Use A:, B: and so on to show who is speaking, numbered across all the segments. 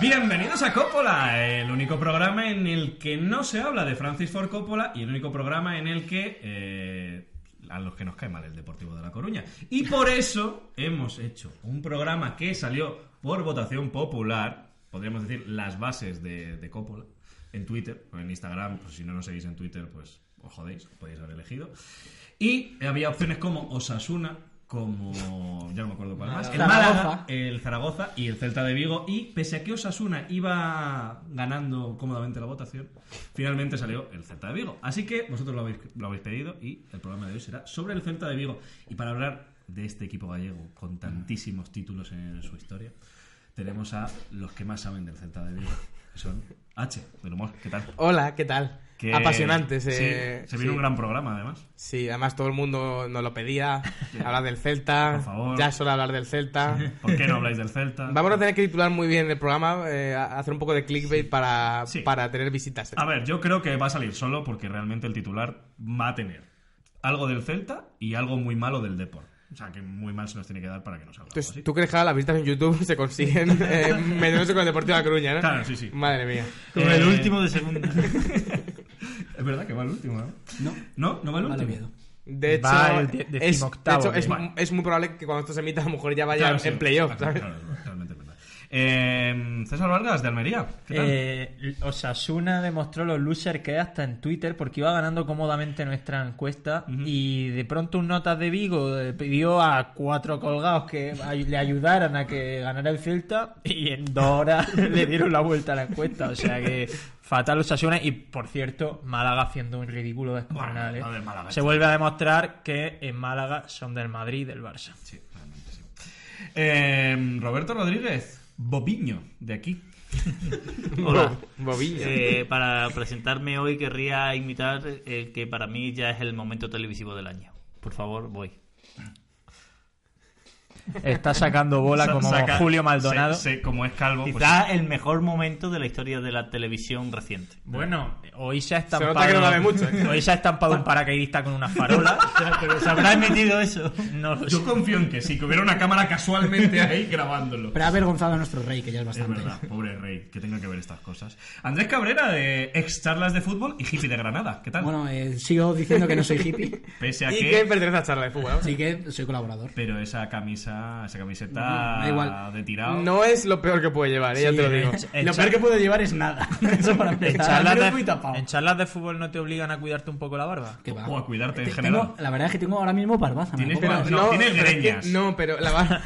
A: Bienvenidos a Coppola, el único programa en el que no se habla de Francis Ford Coppola y el único programa en el que eh, a los que nos cae mal el Deportivo de La Coruña. Y por eso hemos hecho un programa que salió por votación popular, podríamos decir las bases de, de Coppola, en Twitter, o en Instagram, pues si no nos seguís en Twitter, pues os jodéis, podéis haber elegido. Y había opciones como Osasuna, como. Ya no me acuerdo cuál más. El
B: Zaragoza.
A: Málaga, el Zaragoza y el Celta de Vigo. Y pese a que Osasuna iba ganando cómodamente la votación, finalmente salió el Celta de Vigo. Así que vosotros lo habéis, lo habéis pedido y el programa de hoy será sobre el Celta de Vigo. Y para hablar de este equipo gallego con tantísimos títulos en su historia, tenemos a los que más saben del Celta de Vigo, que son H, del humor. ¿Qué tal?
B: Hola, ¿qué tal?
A: Que-
B: Apasionantes.
A: Sí,
B: eh,
A: se viene
B: sí.
A: un gran programa, además.
B: Sí, además todo el mundo nos lo pedía. hablar del Celta.
A: Por favor.
B: Ya es hora de hablar del Celta.
A: ¿Por qué no habláis del Celta?
B: Vamos a tener que titular muy bien el programa, eh, a- hacer un poco de clickbait para,
A: Sí.
B: para tener visitas.
A: A ver, yo creo que va a salir solo porque realmente el titular va a tener algo del Celta y algo muy malo del Depor. O sea, que muy mal se nos tiene que dar para que nos salga. algo así.
B: Entonces, ¿tú crees que ahora las visitas en YouTube se consiguen eh, metiéndose con el Deportivo de La Coruña, no?
A: Claro, sí, sí.
B: Madre mía.
C: Con
A: Eh,
C: el último de segunda.
A: Es verdad que va el último, ¿no?
D: No,
A: No, no va el
D: mal
A: último.
D: Oviedo.
B: De hecho,
C: Va el de-
B: es,
C: decimoctavo,
B: de hecho, es,
A: creo.
B: es muy probable que cuando esto se emita, a lo mejor ya vaya
A: Claro,
B: en,
A: sí.
B: en playoff,
A: Claro,
B: ¿sabes?
A: claro, realmente es verdad. Eh, César Vargas, de Almería. ¿Qué tal?
C: Eh, Osasuna demostró los losers que es hasta en Twitter porque iba ganando cómodamente nuestra encuesta y de pronto un notas de Vigo eh, pidió a cuatro colgados que ay- le ayudaran a que ganara el Celta y en dos horas le dieron la vuelta a la encuesta. O sea que fatal Osasuna y por cierto Málaga haciendo un ridículo descomunal.
A: Bueno,
C: eh.
A: lo del Málaga,
C: Se
A: tío.
C: vuelve a demostrar que en Málaga son del Madrid y del Barça.
A: Sí, realmente sí. Eh, Roberto Rodríguez, Bobiño, de aquí.
E: Hola.
B: Bobillo.
E: Eh, para presentarme hoy querría imitar el que para mí ya es el momento televisivo del año. Por favor, voy.
C: Está sacando bola
A: Sa-
C: como
A: saca-
C: Julio Maldonado.
A: se- se- como es calvo. pues-
E: Quizás el mejor momento de la historia de la televisión reciente.
C: Bueno, hoy se ha estampado.
B: nota que no la ve mucho, ¿eh?
C: Hoy se ha estampado un paracaidista con una farola.
E: Pero se habrá emitido eso.
C: No lo sé.
A: Yo confío en que sí, que hubiera una cámara casualmente ahí grabándolo.
D: Pero ha avergonzado a nuestro rey, que ya
A: Es
D: es bastante.
A: verdad, pobre rey, que tenga que ver estas cosas. Andrés Cabrera, de ex charlas de fútbol y hippie de Granada. ¿Qué tal?
D: Bueno, eh, sigo diciendo que no soy hippie,
A: Pese a
B: Y
A: que...
B: que pertenece a la charla de fútbol. ¿no?
D: así que soy colaborador.
A: Pero esa camisa, esa camiseta
D: Da igual.
A: de tirado...
B: No es lo peor que puede llevar, eh, ya
D: Sí,
B: te lo digo.
D: eh, Lo peor que puedo llevar es nada. Eso para
C: En
D: empezar.
C: charlas,
D: Al menos
C: de,
D: fui tapado.
C: en charlas de fútbol no te obligan a cuidarte un poco la barba.
D: Que va.
A: O a cuidarte en
D: Te-
A: general.
D: tengo- la verdad es que tengo ahora mismo barbaza. me
A: Tienes
D: la
A: barba.
D: pongo.
A: No, tiene
B: pero es que-
A: greñas.
B: no, pero la barba.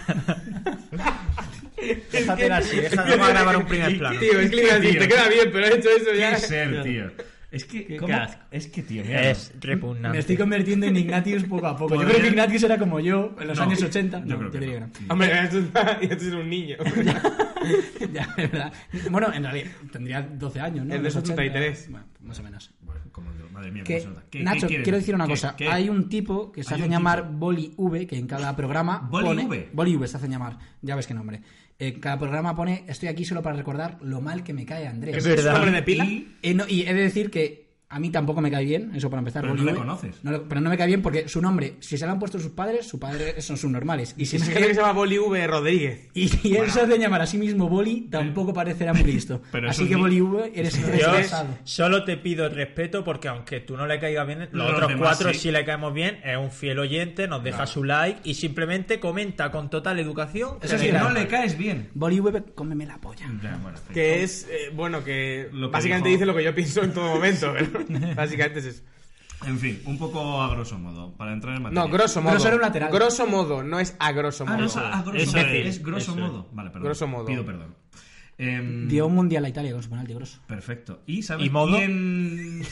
C: Déjatela así, déjala, vamos a grabar un primer plano.
B: Tío, es que le iba a decir,
A: Tío.
B: te queda bien, pero he hecho eso
A: Qué
B: ya.
A: ser, tío. Es que...
D: Qué
A: ¿cómo?
D: asco.
A: Es que, tío, mira...
C: Es
D: Me
C: repugnante.
D: estoy convirtiendo en Ignatius poco a poco. Yo
A: Podría-
D: creo que Ignatius era como yo en los
A: No,
D: años 80.
A: yo
D: No,
A: creo
D: yo
A: que
D: diría
A: no.
D: que no.
B: Hombre, ya tú, ya tú eres un niño.
D: ya, es verdad. Bueno, en realidad tendría 12 años, ¿no?
B: El de
D: Los 80.
B: 83.
D: Bueno, más o menos.
A: Bueno, como yo- madre mía,
D: Que-
A: cómo se nota. ¿Qué-
D: Nacho,
A: qué quieres
D: quiero decir una
A: ¿Qué-
D: cosa.
A: qué?
D: Hay un tipo que se
A: Hay
D: hace
A: un
D: llamar
A: tipo.
D: Boli V, que en cada programa.
A: ¿Boli
D: pone-
A: V?
D: Boli V se hacen llamar. Ya ves qué nombre. En cada programa pone: Estoy aquí solo para recordar lo mal que me cae Andrés.
B: ¿Eso es un hombre de pila?
A: Y-
D: Eh, no, y he de decir que a mí tampoco me cae bien, eso para empezar.
A: Pero
D: Boli
A: no le
D: V.
A: conoces.
D: No lo- pero no me cae bien porque su nombre, si se lo han puesto sus padres, sus padres son subnormales. Y si
B: Es
D: es
B: gente que
D: que-
B: se llama Boli V Rodríguez.
D: y si él se hace llamar a sí mismo Boli, tampoco parecerá muy listo.
A: Pero eso
D: Así
A: es
D: que
A: mi-
D: Boli V, eres un
C: Dios,
D: retrasado.
C: solo te pido respeto porque aunque tú no le caigas bien, los,
A: Los
C: otros
A: demás
C: cuatro
A: sí.
C: sí. le caemos bien, es un fiel oyente, nos deja su like y simplemente comenta con total educación.
D: Eso
C: que
D: sí,
C: le
A: Que
D: era-
A: no
C: cae
A: le
C: mal.
A: caes bien.
D: Boli V, cómeme la polla.
A: Ya, bueno, sí.
B: Que es, eh, bueno, que
A: Lo que
B: básicamente
A: dijo-
B: dice lo que yo pienso en todo momento. pero básicamente es eso.
A: En fin, un poco a grosso modo, para entrar en materia.
B: No, grosso modo.
D: Grosso era un lateral.
B: Grosso modo, no es a grosso
A: Ah,
B: modo.
A: no, es a- a grosso
E: Eso
A: modo.
E: es,
A: Es grosso
E: eso es.
A: modo. Vale, perdón.
B: Grosso modo.
A: Pido perdón. Em,
D: Dio un mundial a Italia con su penalti grosso.
A: Perfecto. ¿Y sabes
C: ¿Y Modo?
A: quién.?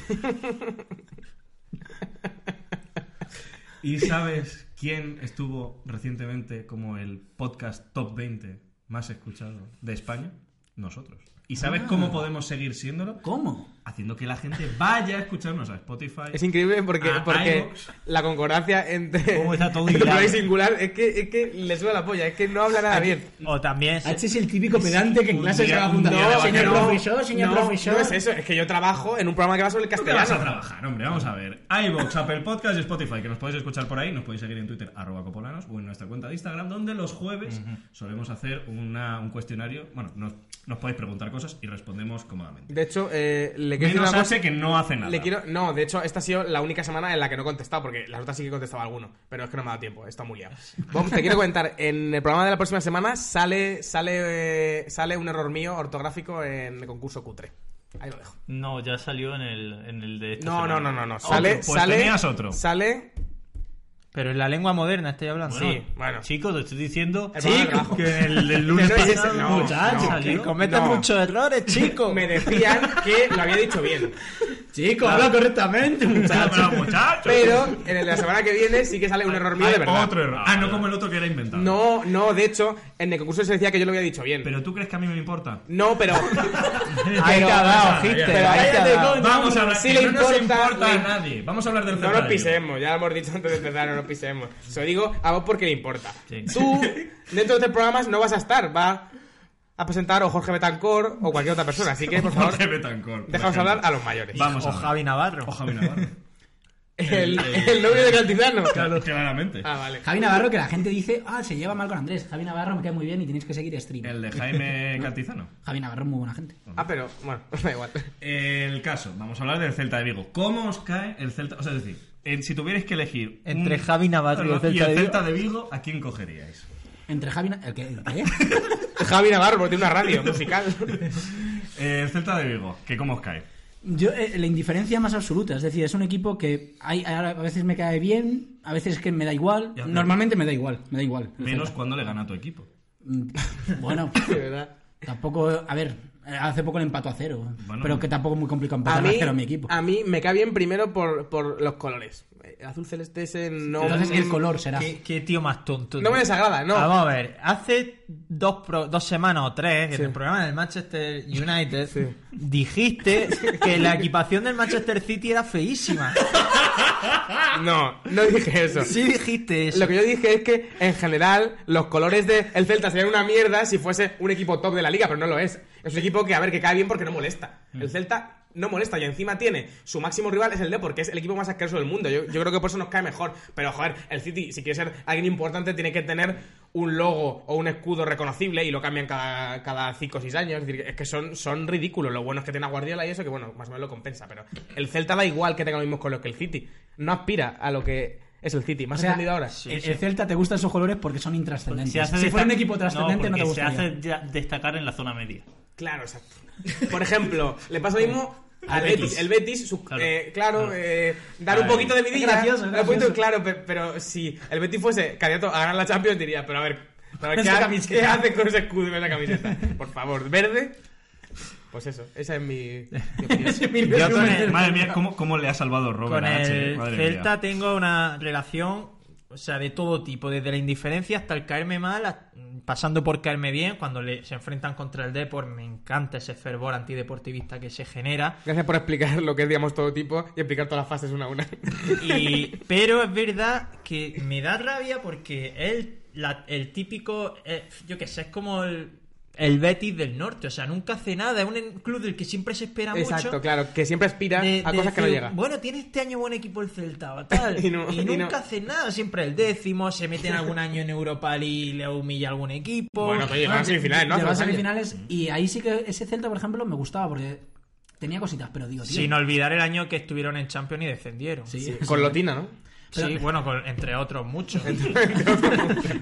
A: ¿Y sabes quién estuvo recientemente como el podcast top 20 más escuchado de España? Nosotros. ¿Y sabes
D: Ah.
A: cómo podemos seguir siéndolo?
D: ¿Cómo?
A: Haciendo que la gente vaya a escucharnos a Spotify.
B: Es increíble porque,
A: Ah, Oh,
B: porque
A: algo.
B: la concordancia entre,
E: Cómo está todo
B: entre plural y
E: hilado.
B: singular es que, es que le sube la polla, es que no habla nada bien.
C: O también se-
D: H Ah, este es el típico pedante que en
A: un
D: clase se
A: día-
D: va a
A: un
D: juntar.
A: día va a
D: señor
A: quedar-
D: profesor, señor
B: no,
D: profesor.
B: no es eso, es que yo trabajo en un programa que va sobre el
A: ¿Tú qué vas a
B: castellano.
A: trabajar, hombre? Vamos a ver. iVoox, Apple Podcast y Spotify, que nos podéis escuchar por ahí. Nos podéis seguir en Twitter, arroba copolanos, o en nuestra cuenta de Instagram, donde los jueves solemos hacer una- un cuestionario. Bueno, nos, nos podéis preguntar cosas y respondemos cómodamente.
B: De hecho, eh, le quiero decir
A: Menos
B: una cosa.
A: hace que no hace nada.
B: Le quiero, no, de hecho, esta ha sido la única semana en la que no he contestado, porque las otras sí que contestaba alguno, pero es que no me ha dado tiempo, está muy liado. Vamos, te quiero comentar, en el programa de la próxima semana sale, sale, eh, sale un error mío ortográfico en el concurso cutre. Ahí lo dejo.
E: No, ya salió en el, en el de esta
B: No, no, no,
E: semana. Oh,
B: no, no.
A: Otro,
B: Sale,
A: pues
B: sale.
A: tenías otro.
B: Sale.
C: Pero en la lengua moderna estoy hablando.
B: Sí, bueno.
E: Chicos, te estoy diciendo
B: El programa de trabajo.
E: que el, el lunes
B: Que no es ese,
E: pasado
B: no,
E: muchacho,
B: no.
C: Que
E: salió.
C: cometen
B: No.
C: muchos errores, chico.
B: Me decían que lo había dicho bien.
D: Chico, habla correctamente,
A: Ah,
D: muchacho.
A: pero, muchacho.
B: Pero en el de la semana que viene sí que sale un error mío
A: Hay
B: de verdad.
A: Otro error. Ah, no como el otro que era inventado.
B: No, no, de hecho, en el concurso se decía que yo lo había dicho bien.
A: Pero tú crees que a mí me importa.
B: No, pero.
C: Ahí te ha
A: Ya, ya,
C: dado, Hipster,
B: ya.
C: ahí te ha
B: Cállate,
C: dado.
B: coño.
A: Vamos a hablar.
B: Sí
A: que
B: le
A: no nos
B: importa,
A: importa
B: le-
A: a nadie. Vamos a hablar del
B: No nos
A: Celta de Vigo.
B: pisemos, ya lo hemos dicho antes de empezar, no nos pisemos. Se lo digo a vos porque le importa.
E: Sí.
B: Tú, dentro de tres programas, no vas a estar. Va a presentar o Jorge Betancor o cualquier otra persona. Así que, por favor,
A: Jorge Betancor, por
B: dejaos
A: ejemplo.
B: hablar a los mayores.
A: Vamos a
C: O
A: hablar.
C: Javi Navarro.
A: O Javi Navarro.
B: El, el novio de Cantizano.
A: Claro, claramente.
B: Ah, vale.
D: Javi Navarro, que la gente dice, ah, se lleva mal con Andrés. Javi Navarro me cae muy bien y tenéis que seguir stream.
A: El de Jaime Cantizano.
D: Javi Navarro es muy buena gente.
B: Ah, pero, bueno, da igual.
A: El caso, vamos a hablar del Celta de Vigo. ¿Cómo os cae el Celta? O sea, es decir, en- si tuvierais que elegir un-
C: Entre Javi Navarro y el Celta de Vigo.
A: de Vigo, ¿a quién cogeríais?
D: Entre Javi Navarro... ¿Qué? ¿El qué?
B: Javi Navarro, porque tiene una radio musical.
A: Eh, el Celta de Vigo, que cómo os cae.
D: Yo, eh, la indiferencia más absoluta. Es decir, es un equipo que hay, a veces me cae bien, a veces que me da igual.
A: Ya, pero-
D: Normalmente me da igual, me da igual.
A: Menos cuando le gana a tu equipo.
D: Mm, Bueno,
B: De verdad.
D: tampoco... A ver, eh, hace poco le empato a cero.
A: Bueno.
D: pero que tampoco es muy complicado
B: A
D: empatar a,
B: mí,
D: cero a mi equipo.
B: a mí me cae bien primero por, por los colores. El azul celeste ese no.
D: Entonces el color será...
C: ¿Qué, qué tío más tonto.
B: No me
C: tío.
B: desagrada, no.
C: Vamos a ver, hace dos, pro- dos semanas o tres, en el programa del Manchester United, dijiste que la equipación del Manchester City era feísima.
B: No, no dije eso.
C: Sí dijiste eso.
B: Lo que yo dije es que, en general, los colores del el Celta serían una mierda si fuese un equipo top de la liga, pero no lo es. Es un equipo que, a ver, que cae bien porque no molesta.
D: Mm.
B: El Celta no molesta y encima tiene su máximo rival es el Depor, que es el equipo más asqueroso del mundo. Yo, yo creo que por eso nos cae mejor. Pero, joder, el City, si quiere ser alguien importante, tiene que tener un logo o un escudo reconocible y lo cambian cada, cada 5 o 6 años. Es decir, es que son, son ridículos. Lo bueno es que tiene a Guardiola y eso, que bueno, más o menos lo compensa. Pero el Celta da igual que tenga los mismos colores que el City. No aspira a lo que es el City. ¿Más
D: O sea,
B: entendido ahora?
D: el, el Celta te gustan esos colores porque son intrascendentes.
E: Se hace
D: si fuera un
E: destac-
D: equipo trascendente no,
E: porque
D: te
E: se
D: gustaría.
E: hace ya destacar en la zona media.
B: Claro, exacto. Por ejemplo, le pasa lo mismo al Betis. El Betis, su-
E: Claro.
B: eh, claro,
E: Claro.
B: eh, dar un
A: Claro.
B: poquito de vidilla.
D: gracioso,
B: dar un
D: gracioso.
B: poquito- claro, pe- pero si el Betis fuese candidato a ganar la Champions, diría, pero a ver, pero ¿qué,
D: Esa
B: ha-
D: camiseta.
B: qué hace con ese escudo y esa camiseta? Por favor, verde. Pues eso, esa es mi, mi opinión.
C: Yo con el-
A: Madre mía, ¿cómo, cómo le ha salvado Robert
C: Con
A: a H,
C: el
A: madre
C: Celta
A: mía.
C: tengo una relación, o sea, de todo tipo, desde la indiferencia hasta el caerme mal, a- pasando por caerme bien, cuando le- se enfrentan contra el Depor, me encanta ese fervor antideportivista que se genera.
B: Gracias por explicar lo que es, digamos, todo tipo y explicar todas las fases una a una.
C: Y- pero es verdad que me da rabia porque él, la- el típico, eh, yo qué sé, es como el, el Betis del norte, o sea, nunca hace nada, es un club del que siempre se espera mucho.
B: Exacto, claro, que siempre aspira
C: de-
B: a
C: de
B: cosas que no
C: decir,
B: llega.
C: Bueno, tiene este año buen equipo el Celta, o tal.
B: Y
C: y,
B: no- y
C: nunca
B: no.
C: hace nada, siempre el décimo, se meten algún año en Europa League y le humilla algún equipo.
B: Bueno, que llegaron a semifinales, ¿no? Hace
D: Llegó a
B: dos años.
D: semifinales y ahí sí que ese Celta, por ejemplo, me gustaba porque tenía cositas, pero digo, tío.
C: Sin olvidar el año que estuvieron en Champions y descendieron.
D: Sí,
B: Con Lotina, ¿no?
C: Sí, bueno, con- entre otros muchos.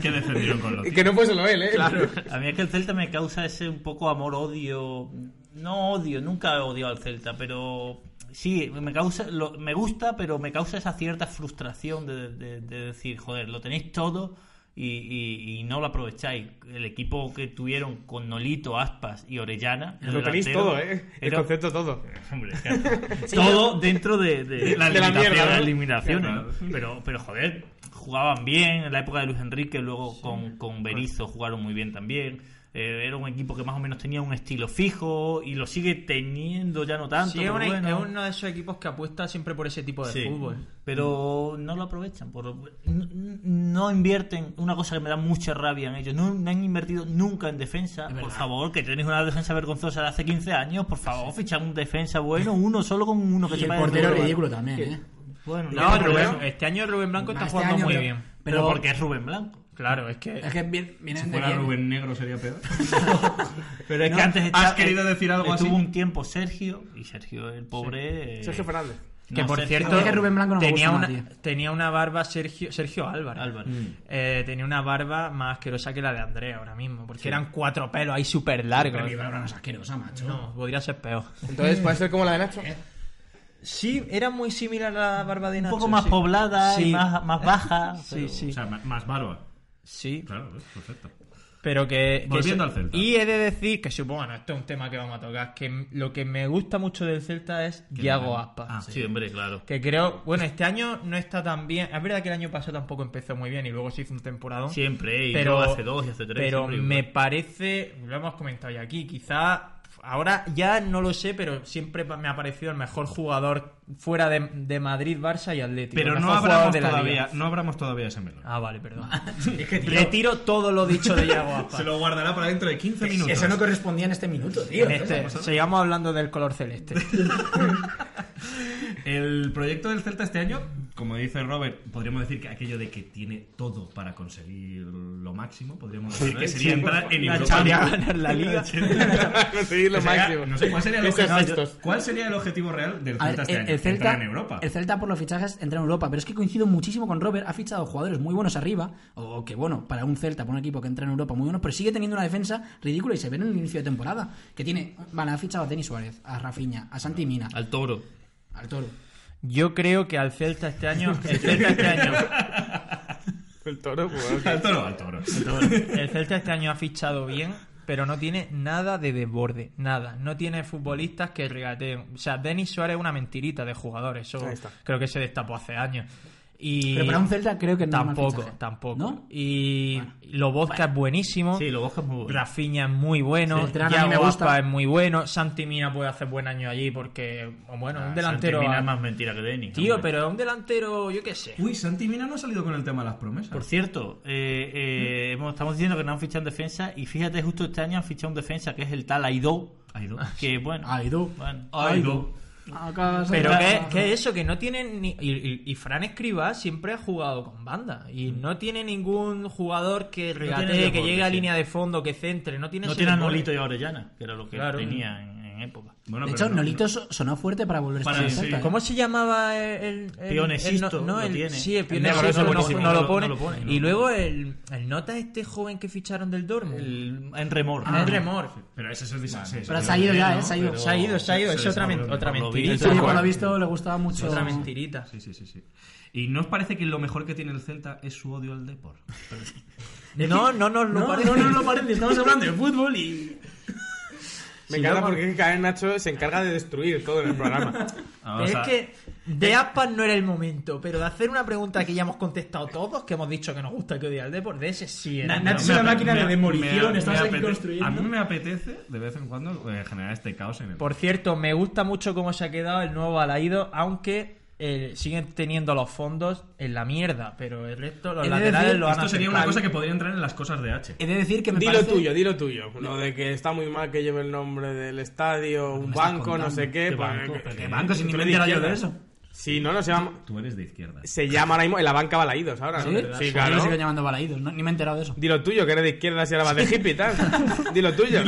A: Que defendieron con los
B: Y que no fue solo él, ¿eh?
C: claro.
E: A mí es que el Celta me causa ese un poco amor-odio. No odio, nunca he odiado al Celta, pero sí, me causa lo- me gusta, pero me causa esa cierta frustración de, de- de decir, joder, lo tenéis todo y, y- y no lo aprovecháis. El equipo que tuvieron con Nolito, Aspas y Orellana.
B: Lo
E: los
B: tenéis
E: delanteros,
B: todo, ¿eh? El
E: era-
B: concepto todo.
E: Hombre, claro. todo dentro de, de,
B: De la
E: limitación-
B: mierda, ¿no?
E: las eliminaciones.
A: Claro.
E: ¿no? Pero, pero joder, jugaban bien. En la época de Luis Enrique, luego con, con Berizzo jugaron muy bien también. Eh, era un equipo que más o menos tenía un estilo fijo y lo sigue teniendo ya no tanto.
C: Sí, es,
E: pero
C: una-
E: bueno.
C: es uno de esos equipos que apuesta siempre por ese tipo de
E: Sí.
C: fútbol.
E: Pero no lo aprovechan. por- no, no invierten. Una cosa que me da mucha rabia en ellos. No, no han invertido nunca en defensa. Por favor, que tenéis una defensa vergonzosa de hace 15 años. Por favor, fichad un defensa bueno. Uno solo con uno que
D: Y
E: se
D: el
E: vaya de
D: portero
E: nuevo.
D: ridículo también, ¿eh?
E: Bueno,
C: No,
E: pero
C: Rubén-
E: bueno, eh,
C: este año Rubén Blanco está
D: Este
C: jugando
D: año,
C: muy
D: pero-
C: bien.
E: pero
D: Pero-
E: porque es Rubén Blanco.
C: Claro, es que
D: Es que bien- vienen
A: Si
D: de
A: fuera
D: bien.
A: eh, Rubén Negro sería peor.
E: Pero es
A: No,
E: que antes
A: ¿has
E: estaba-
A: querido decir algo
E: estuvo
A: así?
E: un tiempo Sergio. Y Sergio, el pobre. eh,
B: Sergio Fernández.
E: no,
C: Que por
E: Sergio-
C: cierto,
D: Es que Rubén Blanco no me
C: tenía,
D: gusta nada,
C: una, tenía una barba Sergio, Sergio Álvarez.
E: Álvarez.
C: Eh, tenía una barba más asquerosa que la de Andrea ahora mismo, porque eran cuatro pelos ahí súper largos.
D: Pero mi barba no es asquerosa, macho.
C: No, podría ser peor.
D: Mm.
B: Entonces, puede ser como la de Nacho.
C: Sí, era muy similar a la barba de
E: Un
C: Nacho.
E: poco más
C: sí.
E: poblada y
C: Sí.
E: más, más baja.
C: Sí, sí.
A: O sea, ma- más barba.
C: Sí,
A: Claro, es perfecto.
C: pero que... que
A: Volviendo
C: eso-
A: al Celta.
C: Y he de decir, que supongo, bueno, esto es un tema que vamos a tocar, que m- lo que me gusta mucho del Celta es Diago Aspas.
A: Ah,
E: Sí, hombre, claro.
C: Que creo, bueno, este año no está tan bien. Es verdad que el año pasado tampoco empezó muy bien y luego se hizo un temporadón.
E: Siempre, y
C: pero,
E: luego hace dos y hace tres,
C: Pero
E: siempre
C: me
E: igual.
C: parece, lo hemos comentado ya aquí, quizá ahora ya no lo sé, pero siempre me ha parecido el mejor jugador fuera de, de Madrid, Barça y Atlético.
A: Pero
C: el
A: no
C: mejor jugador
A: abramos,
C: de la liga.
A: todavía, no abramos todavía ese melón.
C: Ah, vale, perdón. Retiro todo lo dicho de Iago Aspas.
A: Se lo guardará para dentro de
C: Eh,
A: 15 minutos.
D: Eso no correspondía en este minuto, tío.
C: En este, sigamos hablando del color celeste.
A: El proyecto del Celta este año, como dice Robert, podríamos decir que aquello de que tiene todo para conseguir lo máximo, podríamos decir que sería entrar en
C: La
A: Europa
C: Champions,
A: League.
C: ganar la liga.
B: Conseguir lo
A: Que sería-
B: máximo.
A: no sé, ¿cuál sería, el
B: Esos
A: objetivo-
B: gestos.
A: cuál sería el objetivo real del
D: A
A: Celta
D: ver,
A: este
D: el,
A: año?
D: el Celta,
A: entrar en Europa.
D: el Celta por los fichajes entra en Europa, pero es que coincido muchísimo con Robert, ha fichado jugadores muy buenos arriba, o que bueno, para un Celta, para un equipo que entra en Europa muy bueno, pero sigue teniendo una defensa ridícula y se ve en el inicio de temporada, que tiene, vale, ha fichado a Denis Suárez, a Rafinha, a Santi Mina,
E: Al toro.
D: al Toro.
C: Yo creo que al Celta este año, el Celta este año
B: El toro, pues.
A: Al toro, al toro.
C: El Celta este año ha fichado bien, pero no tiene nada de desborde, nada. No tiene futbolistas que regateen. O sea, Denis Suárez es una mentirita de jugador, eso
B: Ahí está.
C: creo que se destapó hace años. Y
D: Pero para un Celta creo que no es mal
C: tampoco,
D: fichaje.
C: tampoco.
D: ¿No?
C: Y Lobotka es buenísimo.
E: Sí, lo buscas muy bueno.
C: Rafinha es muy bueno,
D: Sí. Terán a mí
C: Thiago
D: me gusta.
C: Aspas es muy bueno, Santi Mina puede hacer buen año allí porque, o bueno, un delantero...
E: Ah, Santi Mina
C: a-
E: es más mentira que Denis.
C: Tío,
E: hombre.
C: pero es un delantero, yo qué sé.
A: Uy, Santi Mina no ha salido con el tema de las promesas.
E: Por cierto, eh, eh, hemos- estamos diciendo que no han fichado en defensa y fíjate, justo este año han fichado un defensa que es el tal Aido.
A: Aido.
E: Que bueno.
D: Aido.
E: bueno.
A: Aido.
D: Acá-
C: Pero
E: Claro.
C: que, que eso, que no tienen ni- y, y- y Fran Escriba siempre ha jugado con banda. Y no tiene ningún jugador que regatee,
E: tiene
C: que
E: desborde,
C: llegue a
E: sí.
C: línea de fondo, que centre. No tiene
E: No
C: ese
E: tiene a
C: desborde.
E: Nolito y a Orellana, que era lo que
C: Claro.
E: tenía en, en época.
A: Bueno,
D: de
A: pero
D: hecho,
A: no-
D: Nolito so- sonó fuerte para volver
A: Para
D: a estar en
A: sí.
D: Celta. ¿eh?
C: ¿Cómo se llamaba el, el- el-
E: Pionesisto,
C: el no- no,
E: lo
C: el-
E: tiene.
C: Sí, el
E: El negro
C: pionesisto
E: ese
C: no,
E: buenísimo,
C: no
E: no
C: lo
E: lo-
C: pone.
E: no lo pone, no
C: y
E: lo
C: luego el, el nota este joven que ficharon del Dortmund.
E: El, en remor.
C: Ah, el remor.
A: Pero ese es el disa- sí,
D: Pero
A: sí,
D: se ha ido
A: sí,
D: ya,
A: ¿no?
D: ¿eh? Se ha ido.
A: Pero-
C: se ha ido, se ha ido.
A: se
C: Es
A: les
C: otra,
A: ha
C: men-
A: ido,
C: otra
E: por lo
C: mentirita.
D: Sí, por lo
B: ¿eh?
D: visto le gustaba mucho.
C: Otra mentirita.
A: Sí, sí, sí, sí. Y no os parece que lo mejor que tiene el Celta es su odio al Depor.
C: No, no nos lo
D: No,
C: parece.
D: no, no, no parece. Estamos hablando de fútbol y.
B: Me encanta porque cada vez Nacho se encarga de destruir todo en el programa.
A: Vamos
C: es
A: a-
C: que de aspas no era el momento, pero de hacer una pregunta que ya hemos contestado todos, que hemos dicho que nos gusta que odia el deporte, de ese sí era.
D: Na- na- Nacho
A: No,
D: es
A: me
D: una
A: apete-
D: máquina de
A: me-
D: demolición,
A: me-
D: estamos
A: me
D: aquí
A: apete-
D: construyendo.
A: A mí me apetece de vez en cuando eh, generar este caos en el.
C: Por cierto, me gusta mucho cómo se ha quedado el nuevo Alaído, aunque eh, siguen teniendo los fondos en la mierda, pero el resto, los
D: He de
C: laterales
D: decir,
C: lo han
A: Esto sería una
C: acertado.
A: cosa que podría entrar en las cosas de H.
D: He de decir que me
B: Dilo
D: parece-
B: tuyo, dilo tuyo. Lo de que está muy mal que lleve el nombre del estadio, un
D: estás
B: banco, no
D: contando?
B: sé qué. pues,
E: ¿Qué banco?
B: que-
E: ¿Pero
D: qué banco? Si
B: Tú ¿eh?
D: ni me
B: eres
D: he enterado yo
B: izquierda.
D: de eso.
B: Sí, no, no, se llama,
A: Tú eres de izquierda.
B: se llama ahora mismo en la banca Balaídos ahora.
D: ¿Sí?
B: ¿no?
D: Pues yo
B: Ah, claro.
D: lo sigo llamando balaídos, ¿no? ni me he enterado de eso.
B: Dilo tuyo, que eres de izquierda si ahora vas de hippie y tal. Dilo tuyo.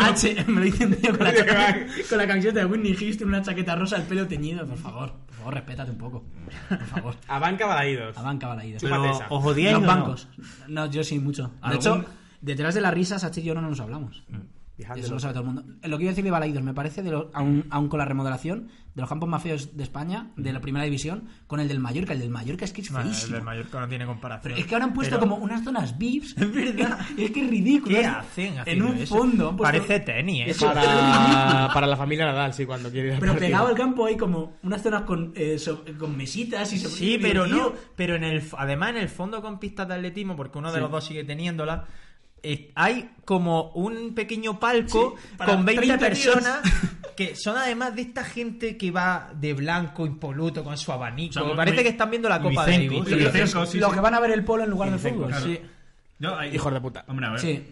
D: H, me lo dicen tío, con, la,
B: Oye, que va.
D: con la camiseta de Whitney Houston, una chaqueta rosa, el pelo teñido. Por favor, por favor, respétate un poco. Por favor.
B: A banca Balaídos.
D: La banca balaídos.
B: Chúpate
E: Pero,
B: esa.
E: ¿Os odiáis
D: Los
E: o no?
D: bancos. No, yo sí, mucho. De
E: ¿Algún?
D: hecho, detrás de las risas, H y yo no nos hablamos.
B: Behind the
D: Eso lo
B: Loop.
D: sabe todo el mundo. Eh, Lo que iba a decir de Balaidos, me parece, de lo- aún, aún con la remodelación, de los campos más feos de España, de la primera división, con el del Mallorca. El del Mallorca es que es
C: Bueno, el
D: feísimo.
C: del Mallorca no tiene comparación.
D: Pero es que ahora han puesto
C: Pero,
D: como unas zonas VIPs. Es verdad. Es que es ridículo.
C: ¿Qué
D: Es-
C: hacen?
D: En
C: haciendo
D: un
C: eso?
D: fondo. han puesto-
C: Parece tenis, ¿eh?
D: Eso-
B: Para, para la familia Nadal, sí, cuando quiere ir al
D: Pero
B: partido.
D: pegado al campo hay como unas zonas con, eh, so- con mesitas y sobre-
C: Sí, pero
D: tío,
C: no. Pero en el, además en el fondo con pistas de atletismo, porque uno de los dos sigue teniéndola, eh, hay como un pequeño palco
D: Sí, para
C: con 20
D: 30 tíos.
C: personas que son además de esta gente que va de blanco, impoluto, con su abanico.
A: O sea,
C: Parece
A: mi-
C: que están viendo la Copa
E: Micenco,
C: Davis.
A: sí,
C: Pero-
A: sí. Cinco,
D: Los que van a ver el polo en lugar de
A: Cinco,
D: fútbol.
A: claro.
D: Sí.
A: Yo, ahí-
B: Hijos de puta.
A: Hombre, a ver.
D: Sí.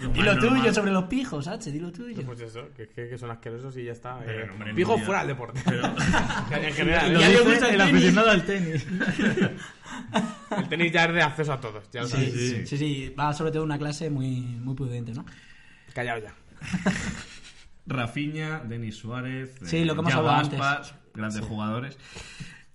A: Lo
D: Di
A: más
D: lo tuyo
A: normal.
D: sobre los pijos, H, di lo tuyo.
B: Pues eso, que, que- que son asquerosos y ya está.
A: Pero,
B: eh.
A: hombre,
B: Fijo
A: no, ya.
B: fuera del deporte.
A: Pero-
B: en general.
E: Lo
B: Ya digo
E: dice
B: mucho el
E: el
B: tenis.
E: aficionado al tenis.
B: El tenis ya es de acceso a todos. Ya lo
D: Sí,
B: sabéis.
D: sí, sí, va sobre todo una clase muy, muy prudente, ¿no?
B: Callado ya.
A: Rafinha, Denis Suárez.
D: Sí,
A: eh,
D: lo que hemos
A: Yago
D: hablado
A: Aspas,
D: antes.
A: Grandes jugadores.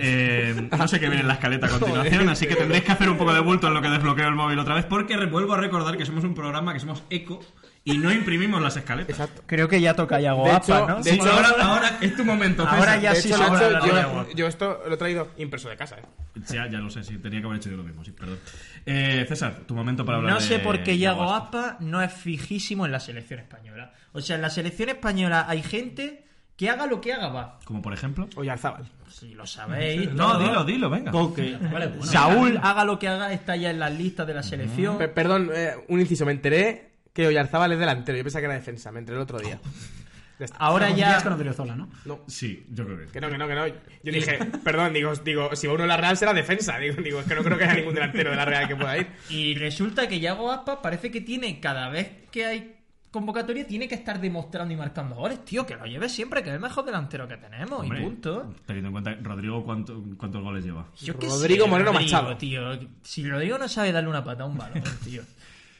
A: Eh, no sé qué viene en la escaleta a continuación, así que tendréis que hacer un poco de bulto en lo que desbloqueo el móvil otra vez, porque re- vuelvo a recordar que somos un programa que somos eco y no imprimimos las escaletas.
B: Exacto.
C: Creo que ya toca Yago
B: De
C: Aspas,
B: hecho-
C: ¿no?
B: de hecho-
A: ahora, ahora es tu momento. César.
C: Ahora ya
B: De
C: sí
B: hecho,
C: se habla
B: Nacho,
C: de la
B: yo,
C: Liga.
B: yo esto lo he traído impreso de casa. eh.
A: Ya, ya lo sé, sí, tenía que haber hecho yo lo mismo, sí, perdón. Eh, César, tu momento para hablar
C: No
A: de-
C: sé por qué
A: de
C: Yago
A: Aspas.
C: Aspas no es fijísimo en la selección española. O sea, en la selección española hay gente que haga lo que haga va.
A: Como por ejemplo.
B: Oye, Alzábal.
C: Si lo sabéis.
A: No,
C: todo.
A: dilo, dilo, venga.
C: Coque. Saúl, haga lo que haga, está ya en las listas de la selección.
B: Pe- perdón, eh, un inciso. Me enteré que Oyarzábal es delantero. Yo pensaba que era defensa. Me enteré el otro día. Ya está.
C: Ahora ya.
D: Confundías con Odriozola, ¿no?
B: No.
A: Sí, yo creo que.
B: Que no, que no, que no. Yo dije, perdón, digo, digo, si va uno a la Real será defensa. Digo, digo, es que no creo que haya ningún delantero de la Real que pueda ir.
C: Y resulta que Yago Aspas parece que tiene, cada vez que hay convocatoria, tiene que estar demostrando y marcando goles. Tío, que lo lleves siempre, que es el mejor delantero que tenemos.
A: Hombre,
C: y punto.
A: Teniendo en cuenta, Rodrigo, cuánto- ¿cuántos goles lleva?
C: Yo qué
B: Rodrigo
C: sé,
B: Moreno
C: Rodrigo,
B: Machado.
C: tío. Si Rodrigo no sabe darle una pata a un balón, tío.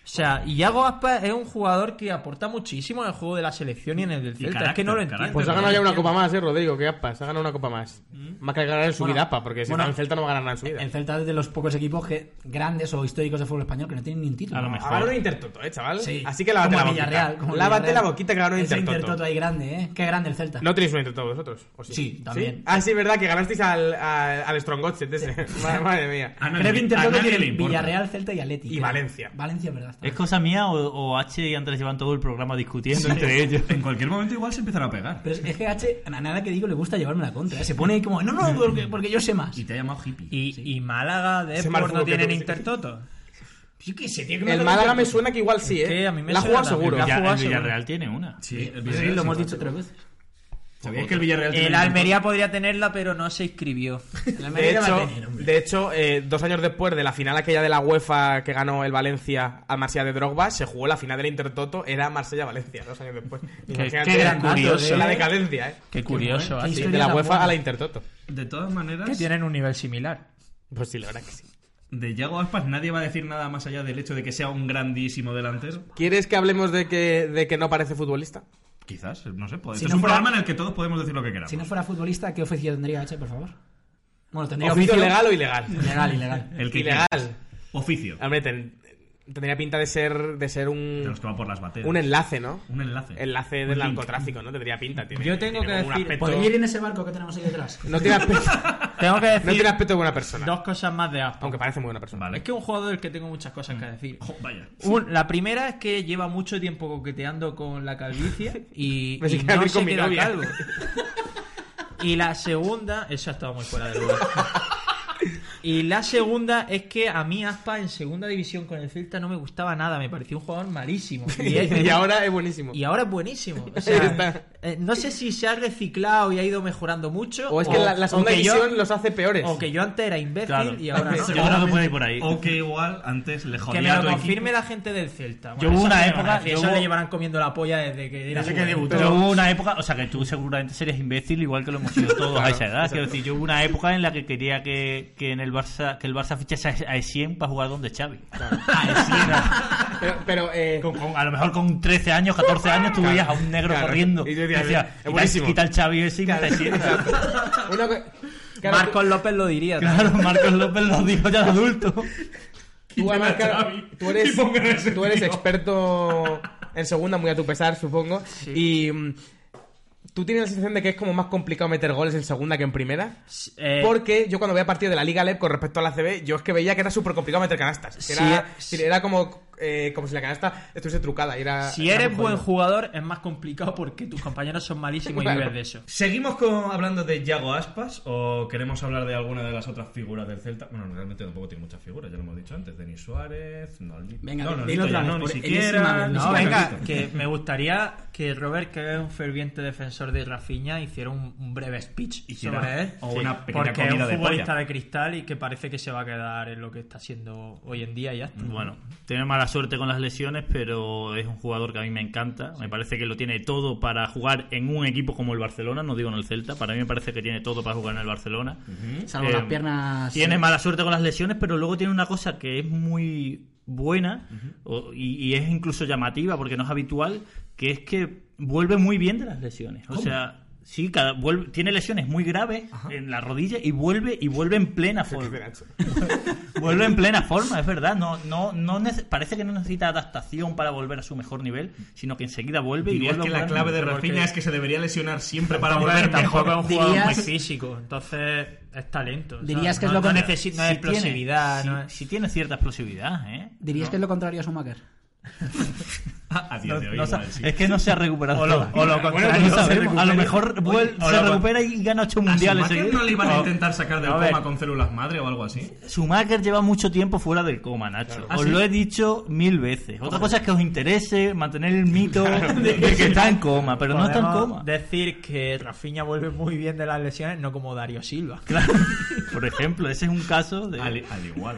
C: O sea, y Iago Aspas es un jugador que aporta muchísimo en el juego de la selección y en el del Celta. es que
A: carácter,
C: no lo
A: carácter.
C: entiendo.
B: Pues ha ganado ya una copa más, eh, Rodrigo, que aspas, ha ganado una copa más. Más que ganar en su
D: Bueno,
B: vida, apa, porque si
D: bueno,
B: no, el Celta no va a ganar nada Mm. en su vida.
D: El Celta es de los pocos equipos que, grandes o históricos de fútbol español que no tienen ni un título.
A: A lo mejor.
B: Ha ganado un intertoto, eh, chaval.
D: Sí.
B: Así que lávate
D: Como
B: la
D: el
B: boquita.
D: Villarreal, como el
B: lávate la
D: Villarreal.
B: boquita que ganó un
D: Ese
B: intertoto.
D: intertoto ahí grande, ¿eh? Qué grande el Celta.
B: No tenéis un intertoto vosotros, ¿o sí?
D: Sí, también.
B: Ah, sí, es verdad que ganasteis al, al, al Strongotset ese. madre, madre mía.
A: A nadie-
D: Creo que
A: a
D: Intertoto
A: nadie le
D: tiene
A: importa.
D: Villarreal, Celta y Atleti.
B: Y
D: creo.
B: Valencia.
D: Valencia, verdad.
E: ¿Es cosa mía o, o H y Andrés llevan todo el programa discutiendo entre ellos?
A: En cualquier momento igual se empiezan a pegar.
D: Pero es- es que H, a nada que digo le gusta llevarme la contra. ¿eh? Se pone ahí como, no,
B: Mm.
D: no, porque, porque yo sé más.
A: Y te ha llamado hippie.
C: Y, y Málaga, de
B: Ese mal
C: no
B: fútbol que
C: tienen
B: tú-
C: intertoto.
D: Sí que se tiene que
B: El Málaga me suena que igual sí,
C: Es que
B: eh.
C: a mí me
B: la ha jugado
C: suena también,
B: seguro.
C: ya.
E: Ya,
C: jugado
E: el
C: seguro.
E: Villarreal tiene una.
A: Sí, el
D: Sí, Eh,
A: Villarreal.
D: lo hemos
A: sí,
D: dicho tres veces.
A: ¿Sabías que el Villarreal
C: El Almería podría tenerla, pero no se inscribió.
B: De hecho, de hecho eh, dos años después de la final aquella de la UEFA que ganó el Valencia al Marsella de Drogba, se jugó la final del Intertoto, era Marsella-Valencia, dos años después. Imagínate
E: qué gran
C: curioso,
B: La
C: eh.
B: decadencia, eh.
C: Qué curioso,
D: bueno,
C: así.
D: qué
B: Sí,
D: historia
B: de la
D: tan
B: UEFA
D: buena.
B: a la Intertoto.
A: De todas maneras,
C: Que tienen un nivel similar.
B: Pues sí, la verdad que sí.
A: de Yago Aspas nadie va a decir nada más allá del hecho de que sea un grandísimo delantero.
B: ¿Quieres que hablemos de que, de que no parece futbolista?
A: Quizás, no sé. puede-
D: Si
A: Esto
D: no
A: es un
D: fuera-
A: programa en el que todos podemos decir lo que queramos.
D: Si no fuera futbolista, ¿qué oficio tendría H, por favor? Bueno, tendría
B: ¿Oficio legal o ilegal?
D: Legal, ilegal.
A: El que
B: ilegal.
A: quieras. Oficio.
B: Hombre, ten- tendría pinta de ser, de ser
A: De los que
B: un,
A: va por las bateas.
B: un enlace, ¿no?
A: Un eh, enlace.
B: Enlace
A: Un
B: del
A: link.
B: narcotráfico, ¿no? Tendría pinta, tiene-
C: Yo tengo
B: tiene
C: que
B: como un
C: decir-
B: aspecto-
D: ¿Podría ir en ese barco que tenemos ahí detrás?
B: No tiene aspecto...
C: Tengo que
B: No
C: decir
B: tiene aspecto de buena persona.
C: dos cosas más de Aspas.
B: Aunque parece muy buena persona.
C: Es
A: Vale.
C: que es un jugador del que tengo muchas cosas que decir.
A: Jo, vaya.
C: Un- la primera es que lleva mucho tiempo coqueteando con la calvicie y,
B: Me
C: y
B: queda
C: no
B: bien
C: se
B: con mi
C: queda
B: novia.
C: calvo. Y la segunda, eso ha estado muy fuera de lugar. Y la segunda es que a mí Aspa en segunda división con el Celta no me gustaba nada, me parecía un jugador malísimo. Y, es-
B: y ahora es buenísimo.
C: y ahora es buenísimo. O
B: Ahí
C: sea,
B: está.
C: eh, no sé si se ha reciclado y ha ido mejorando mucho.
B: O es que la, la
C: o
B: segunda
C: que yo-
B: división los hace peores.
C: O que yo antes era imbécil
E: Claro.
C: y ahora no.
E: Yo creo que puede ir por ahí.
A: O que igual antes le
C: Que me
A: jodía a
C: lo
A: tu equipo.
C: confirme la gente del Celta.
E: Yo hubo
C: eso
E: una
C: me lo
E: época
C: van a decir,
E: que
C: eso
E: hubo-
C: le llevarán comiendo la polla desde que era
E: que
C: joven.
E: debutó. Yo hubo una época, o sea que tú seguramente serías imbécil igual que lo hemos sido todos a esa edad. Quiero decir, yo hubo una época en la que quería que, que en el Barça que el Barça fichase a Essien para jugar donde Xavi. A Essien.
B: Pero, pero, eh,
E: Con- con- a lo mejor con 13 años, 14 años, tú veías a un negro
B: Claro.
E: corriendo.
B: Y
E: Y
B: yo decía, es
E: decía,
B: buenísimo.
E: quita el Xavi ese y
B: claro,
E: mete a Essien.
B: exacto. Una co- claro,
C: Marcos López lo diría. tío.
E: Claro, Marcos López lo dijo ya de adulto.
B: tú, tú además, claro, tú eres, tú eres experto en segunda, muy a tu pesar, supongo. Y. mm, ¿Tú tienes la sensación de que es como más complicado meter goles en segunda que en primera?
C: Eh,
B: Porque yo cuando veía partidos de la Liga Leb con respecto a la CB, yo es que veía que era súper complicado meter canastas. Que
C: Sí,
B: era,
C: sí.
B: era como, eh, como si la canasta estuviese trucada. y era,
C: si
B: era
C: eres
B: muy
C: buen
B: jodido.
C: jugador es más complicado porque tus compañeros son malísimos y
B: Claro.
C: vives de eso.
A: ¿Seguimos con, hablando de Yago Aspas o queremos hablar de alguna de las otras figuras del Celta? Bueno, realmente tampoco tiene muchas figuras, ya lo hemos dicho antes. Denis Suárez, Nolito.
D: Venga,
A: no,
D: dilo
A: Nolito
D: otra
A: ya
D: vez,
A: no, ni
D: por
A: siquiera.
D: enésima vez,
A: ni
D: No,
C: No,
A: siquiera
C: venga,
A: Nolito.
C: que me gustaría que Robert, que es un ferviente defensor de Rafinha, hiciera un, un breve speech
A: Hiciera
C: sobre él.
A: o una pequeña
C: porque es
A: comida
C: un
A: de
C: futbolista
A: polla.
C: de cristal y que parece que se va a quedar en lo que está siendo hoy en día y ya está.
E: Bueno, tiene mala suerte con las lesiones, pero es un jugador que a mí me encanta. Me parece que lo tiene todo para jugar en un equipo como el Barcelona, no digo en el Celta. Para mí me parece que tiene todo para jugar en el Barcelona.
D: Salvo
E: Eh,
D: las
A: Ah,
D: piernas.
E: Tiene
D: eh,
E: mala suerte con las lesiones, pero luego tiene una cosa que es muy buena o- y, y es incluso llamativa porque no es habitual, que es que vuelve muy bien de las lesiones. O sea, sí, cada, vuelve- tiene lesiones muy graves en la rodilla y vuelve y vuelve en plena forma. Vuelve en plena forma, es verdad. No, no, no nece- parece que no necesita adaptación para volver a su mejor nivel, sino que enseguida vuelve y
A: Dirías
E: vuelve
A: que
E: a
A: la
E: jugar
A: clave de
E: mejor
A: Rafinha
E: que-
A: es que se debería lesionar siempre para
C: Tampoco
A: volver
C: es- tampoco es
A: mejor.
C: un jugador muy
D: Dirías-
C: físico, entonces es talento. ¿sabes?
D: Dirías que es
C: No-
D: lo
C: no
D: que-
C: necesi- no es
E: Sí tiene-
C: explosividad.
E: sí-
C: no es-
E: sí tiene cierta explosividad, ¿eh?
D: ¿Dirías que es lo contrario a Schumacher?
A: A día
E: No-
A: de hoy
E: no
A: igual,
E: sa-
A: sí.
E: Es que no se ha recuperado.
C: O lo-
E: todavía.
C: o lo
E: Bueno,
C: contrario,
E: no
C: se
E: sabemos.
C: recupera.
E: a lo mejor
C: Oye,
E: vuel-
C: o
E: se
C: lo-
E: recupera y gana ocho
A: ¿A
E: mundiales.
A: Schumacher
E: seguidos.
A: no le iban a
E: O-
A: intentar sacar del
C: A ver.
A: coma con células madre o algo así?
E: Schumacher lleva mucho tiempo fuera del coma, Nacho.
A: ¿Ah,
E: Os
A: sí?
E: lo he dicho mil veces. Otra cosa es que os interese mantener el mito de que está en coma, pero no está en
C: Podemos
E: coma.
C: decir que Rafinha vuelve muy bien de las lesiones, no como Dario Silva.
E: Claro. Por ejemplo, ese es un caso de...
A: Al, al igual.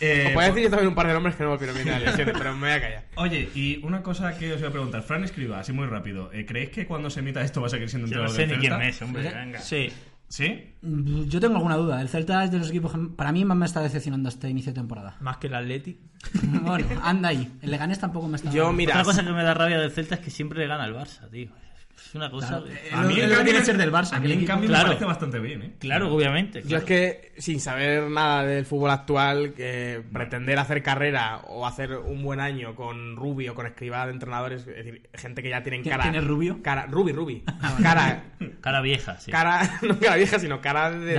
A: Eh,
B: Os voy a decir yo también un par de nombres que no volvieron bien de las lesiones, pero me voy a callar.
A: Oye, y una cosa que os voy a preguntar. Fran escriba, así muy rápido. ¿eh, ¿Creéis que cuando se emita esto va a seguir siendo un
E: Yo no sé ni quién es, hombre. venga.
C: Sí,
A: ¿Sí?
D: Mm, Yo tengo alguna duda. El Celta es de los equipos que para mí más me está decepcionando este inicio de temporada.
C: más que el Atleti.
D: bueno, anda ahí. El Leganés tampoco me está.
B: Yo, mira,
E: Otra cosa que me da rabia del Celta es que siempre le gana al Barça, tío. Es una cosa...
D: Claro.
E: Claro,
D: A mí en cambio me-
A: A mí, eh, en cambio,
E: Claro.
A: me parece bastante bien, ¿eh?
E: obviamente.
B: Yo
E: claro.
B: es que, sin saber nada del fútbol actual, que pretender hacer carrera o hacer un buen año con Rubi o con escribá de entrenadores, es decir, gente que ya tienen
D: ¿Quién-
B: cara.
D: quién es Rubio?
B: Cara, Rubi, Rubi. Cara,
E: Cara vieja, sí.
B: cara, no cara vieja, sino cara de, de-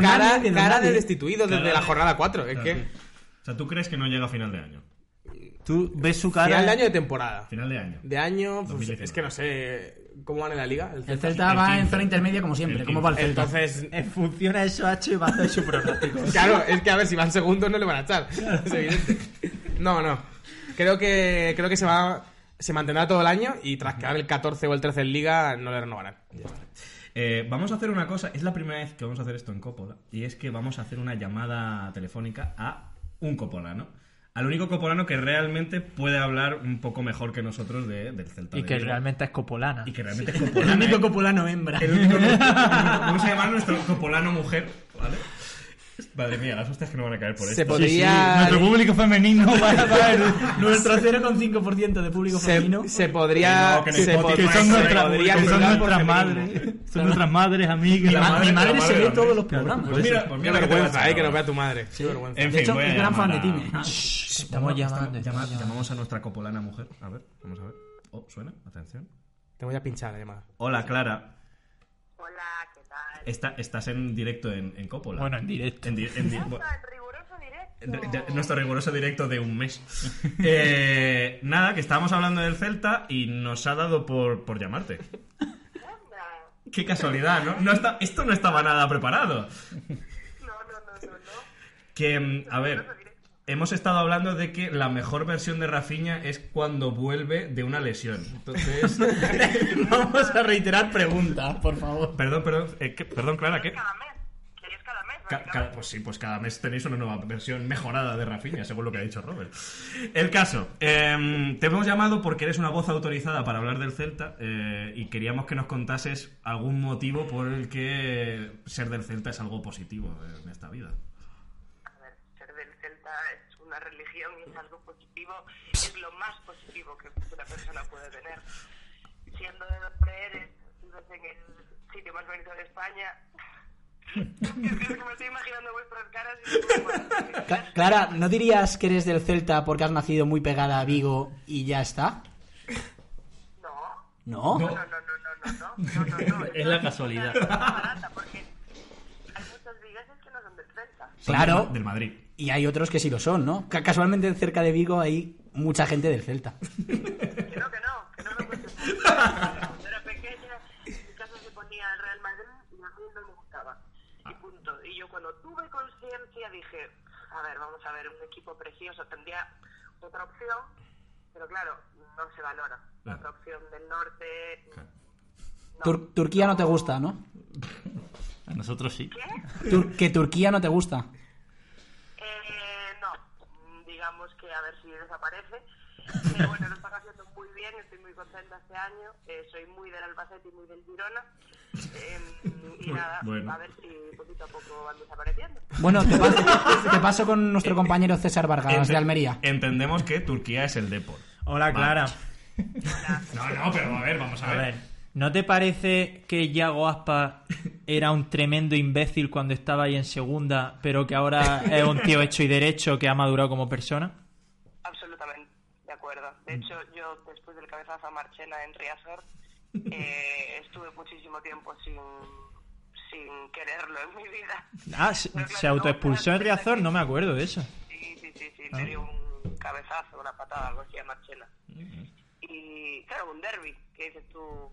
B: cara,
D: De don nadie, de don
B: cara de
D: nadie.
B: destituido desde la jornada 4. Es
A: Claro,
B: que,
A: sí. O sea, ¿tú crees que no llega a final de año?
E: Tú ves su cara...
B: final de año de temporada.
A: Final de año.
B: De año, pues,
A: 2019.
B: es que no sé, ¿cómo van en la liga? El
D: El
B: Celta.
D: Celta
A: El
D: va en
A: quince.
D: zona intermedia como
A: El
D: siempre.
A: quince.
D: ¿Cómo va el Celta?
B: Entonces,
C: Funciona eso, H, y va a hacer su pronóstico.
B: Claro, es que a ver, si van segundos no le van a echar. Es evidente. No, no. Creo que, creo que se va. Se mantendrá todo el año y tras quedar el 14 o el 13 en liga no le renovarán.
A: Eh, vamos a hacer una cosa. Es la primera vez que vamos a hacer esto en Coppola. Y es que vamos a hacer una llamada telefónica a un copolano. Al único copolano que realmente puede hablar un poco mejor que nosotros de- del Celta.
C: Y
A: de
C: que
A: Vigo.
C: realmente es copolana.
A: Y que realmente es ¿eh?
D: El
A: copolano.
D: único copulano hembra.
A: El único- Vamos a llamar a nuestro copolano mujer, ¿vale? Madre mía, las hostias que no van a caer por
B: Se
A: esto.
B: podría.
E: Nuestro público femenino va a ver.
D: Nuestro 0,5% de público femenino.
B: se, se podría.
A: Que no, que
B: se
A: no,
B: pod-
A: que
E: Que son
B: se
E: nuestras
B: podría
E: que son
B: hablar por
E: nuestras
B: femenino.
E: madres. Son nuestras madres, amigas.
A: La
D: Mi madre se ve
A: grande.
D: todos los programas.
A: Pues mira, pues
B: Qué
A: mira lo que te va a
B: vergüenza,
A: echar
B: eh, que nos
A: ahora.
B: vea tu madre. Qué vergüenza.
A: En
D: De
A: fin,
D: hecho,
A: voy a
D: es gran fan
A: llamar
D: de ¿eh?
A: a-
D: Time.
C: Estamos llamando.
A: Llama-
C: estamos llamando.
A: llamamos a nuestra copolana mujer. A ver, vamos a ver. Oh, suena, atención.
B: Te voy a pinchar la llamada.
A: Hola, Clara.
F: Hola, ¿qué tal?
A: Está, estás en directo en, en Coppola.
C: Bueno, en directo.
A: En di- en di- bu-
F: Está el riguroso directo.
A: en- de- nuestro riguroso directo de un mes. Eh, nada, que estábamos hablando del Celta y nos ha dado por, por llamarte.
F: Anda.
A: Qué casualidad, ¿no? no está, esto no estaba nada preparado.
F: No, no, no, no, no.
A: Que, mm, a ver, hemos estado hablando de que la mejor versión de Rafinha es cuando vuelve de una lesión. Entonces,
D: Vamos a reiterar preguntas, por favor.
A: perdón, perdón, eh, ¿qué? perdón, Clara, ¿qué?
F: Cada mes. Queréis cada mes,
A: Ca-
F: básicamente.
A: cada- pues sí, pues cada mes tenéis una nueva versión mejorada de Rafinha, según lo que ha dicho Robert. El caso, em, te hemos llamado porque eres una voz autorizada para hablar del Celta eh, y queríamos que nos contases algún motivo por el que ser del Celta es algo positivo en esta vida.
F: A ver, ser del Celta es una religión y es algo positivo. Es lo más positivo que una persona puede tener. Siendo de donde eres, vives en el sitio más bonito de España. Es que me estoy imaginando vuestras caras y...
D: Clara, ¿no dirías que eres del Celta porque has nacido muy pegada a Vigo y ya está? No.
F: No, no, no, no, no, no, no, no, no.
E: Es la casualidad.
F: Es una barata, porque hay muchas ligas que no son del Celta.
A: Son
D: Claro.
A: del- Del Madrid.
D: Y hay otros que sí lo son, ¿no? Ca- Casualmente cerca de Vigo hay mucha gente del Celta.
F: Que no, que no, que no me cuentes mucho. Cuando era pequeña, en mi casa se ponía el Real Madrid y a mí no me gustaba. Y punto. Y yo cuando tuve conciencia dije, a ver, vamos a ver, un equipo precioso tendría otra opción, pero claro, no se valora. La otra opción del norte... no.
D: Tur- Turquía no te gusta, ¿no?
E: A nosotros sí.
D: Tur- que Turquía no te gusta.
F: Eh, no, Mm, digamos que a ver si desaparece. Pero bueno, lo están haciendo muy bien, estoy muy contenta este año. Eh, soy muy del Albacete y muy del Girona. Eh, y
A: Bueno,
F: nada,
A: bueno.
F: a ver si poquito a poco van desapareciendo.
D: Bueno, te paso, te paso con nuestro compañero César Vargas de
A: Ente-
D: Almería.
A: Entendemos que Turquía es el Depor.
C: Hola, Clara.
A: No, no, pero a ver, vamos a,
C: A
A: ver.
C: ver, ¿no te parece que Yago Aspa era un tremendo imbécil cuando estaba ahí en segunda, pero que ahora es un tío hecho y derecho que ha madurado como persona?
F: Absolutamente, de acuerdo. De
A: Mm.
F: hecho, yo después del cabezazo a Marchena en Riazor, eh, estuve muchísimo tiempo sin, sin quererlo en mi vida.
C: Ah, se, se autoexpulsó en Riazor, no me acuerdo de eso.
F: Sí, sí, sí, sí, le dio un cabezazo, una patada, algo así a Marchena. Y claro, un derby, que dices tú.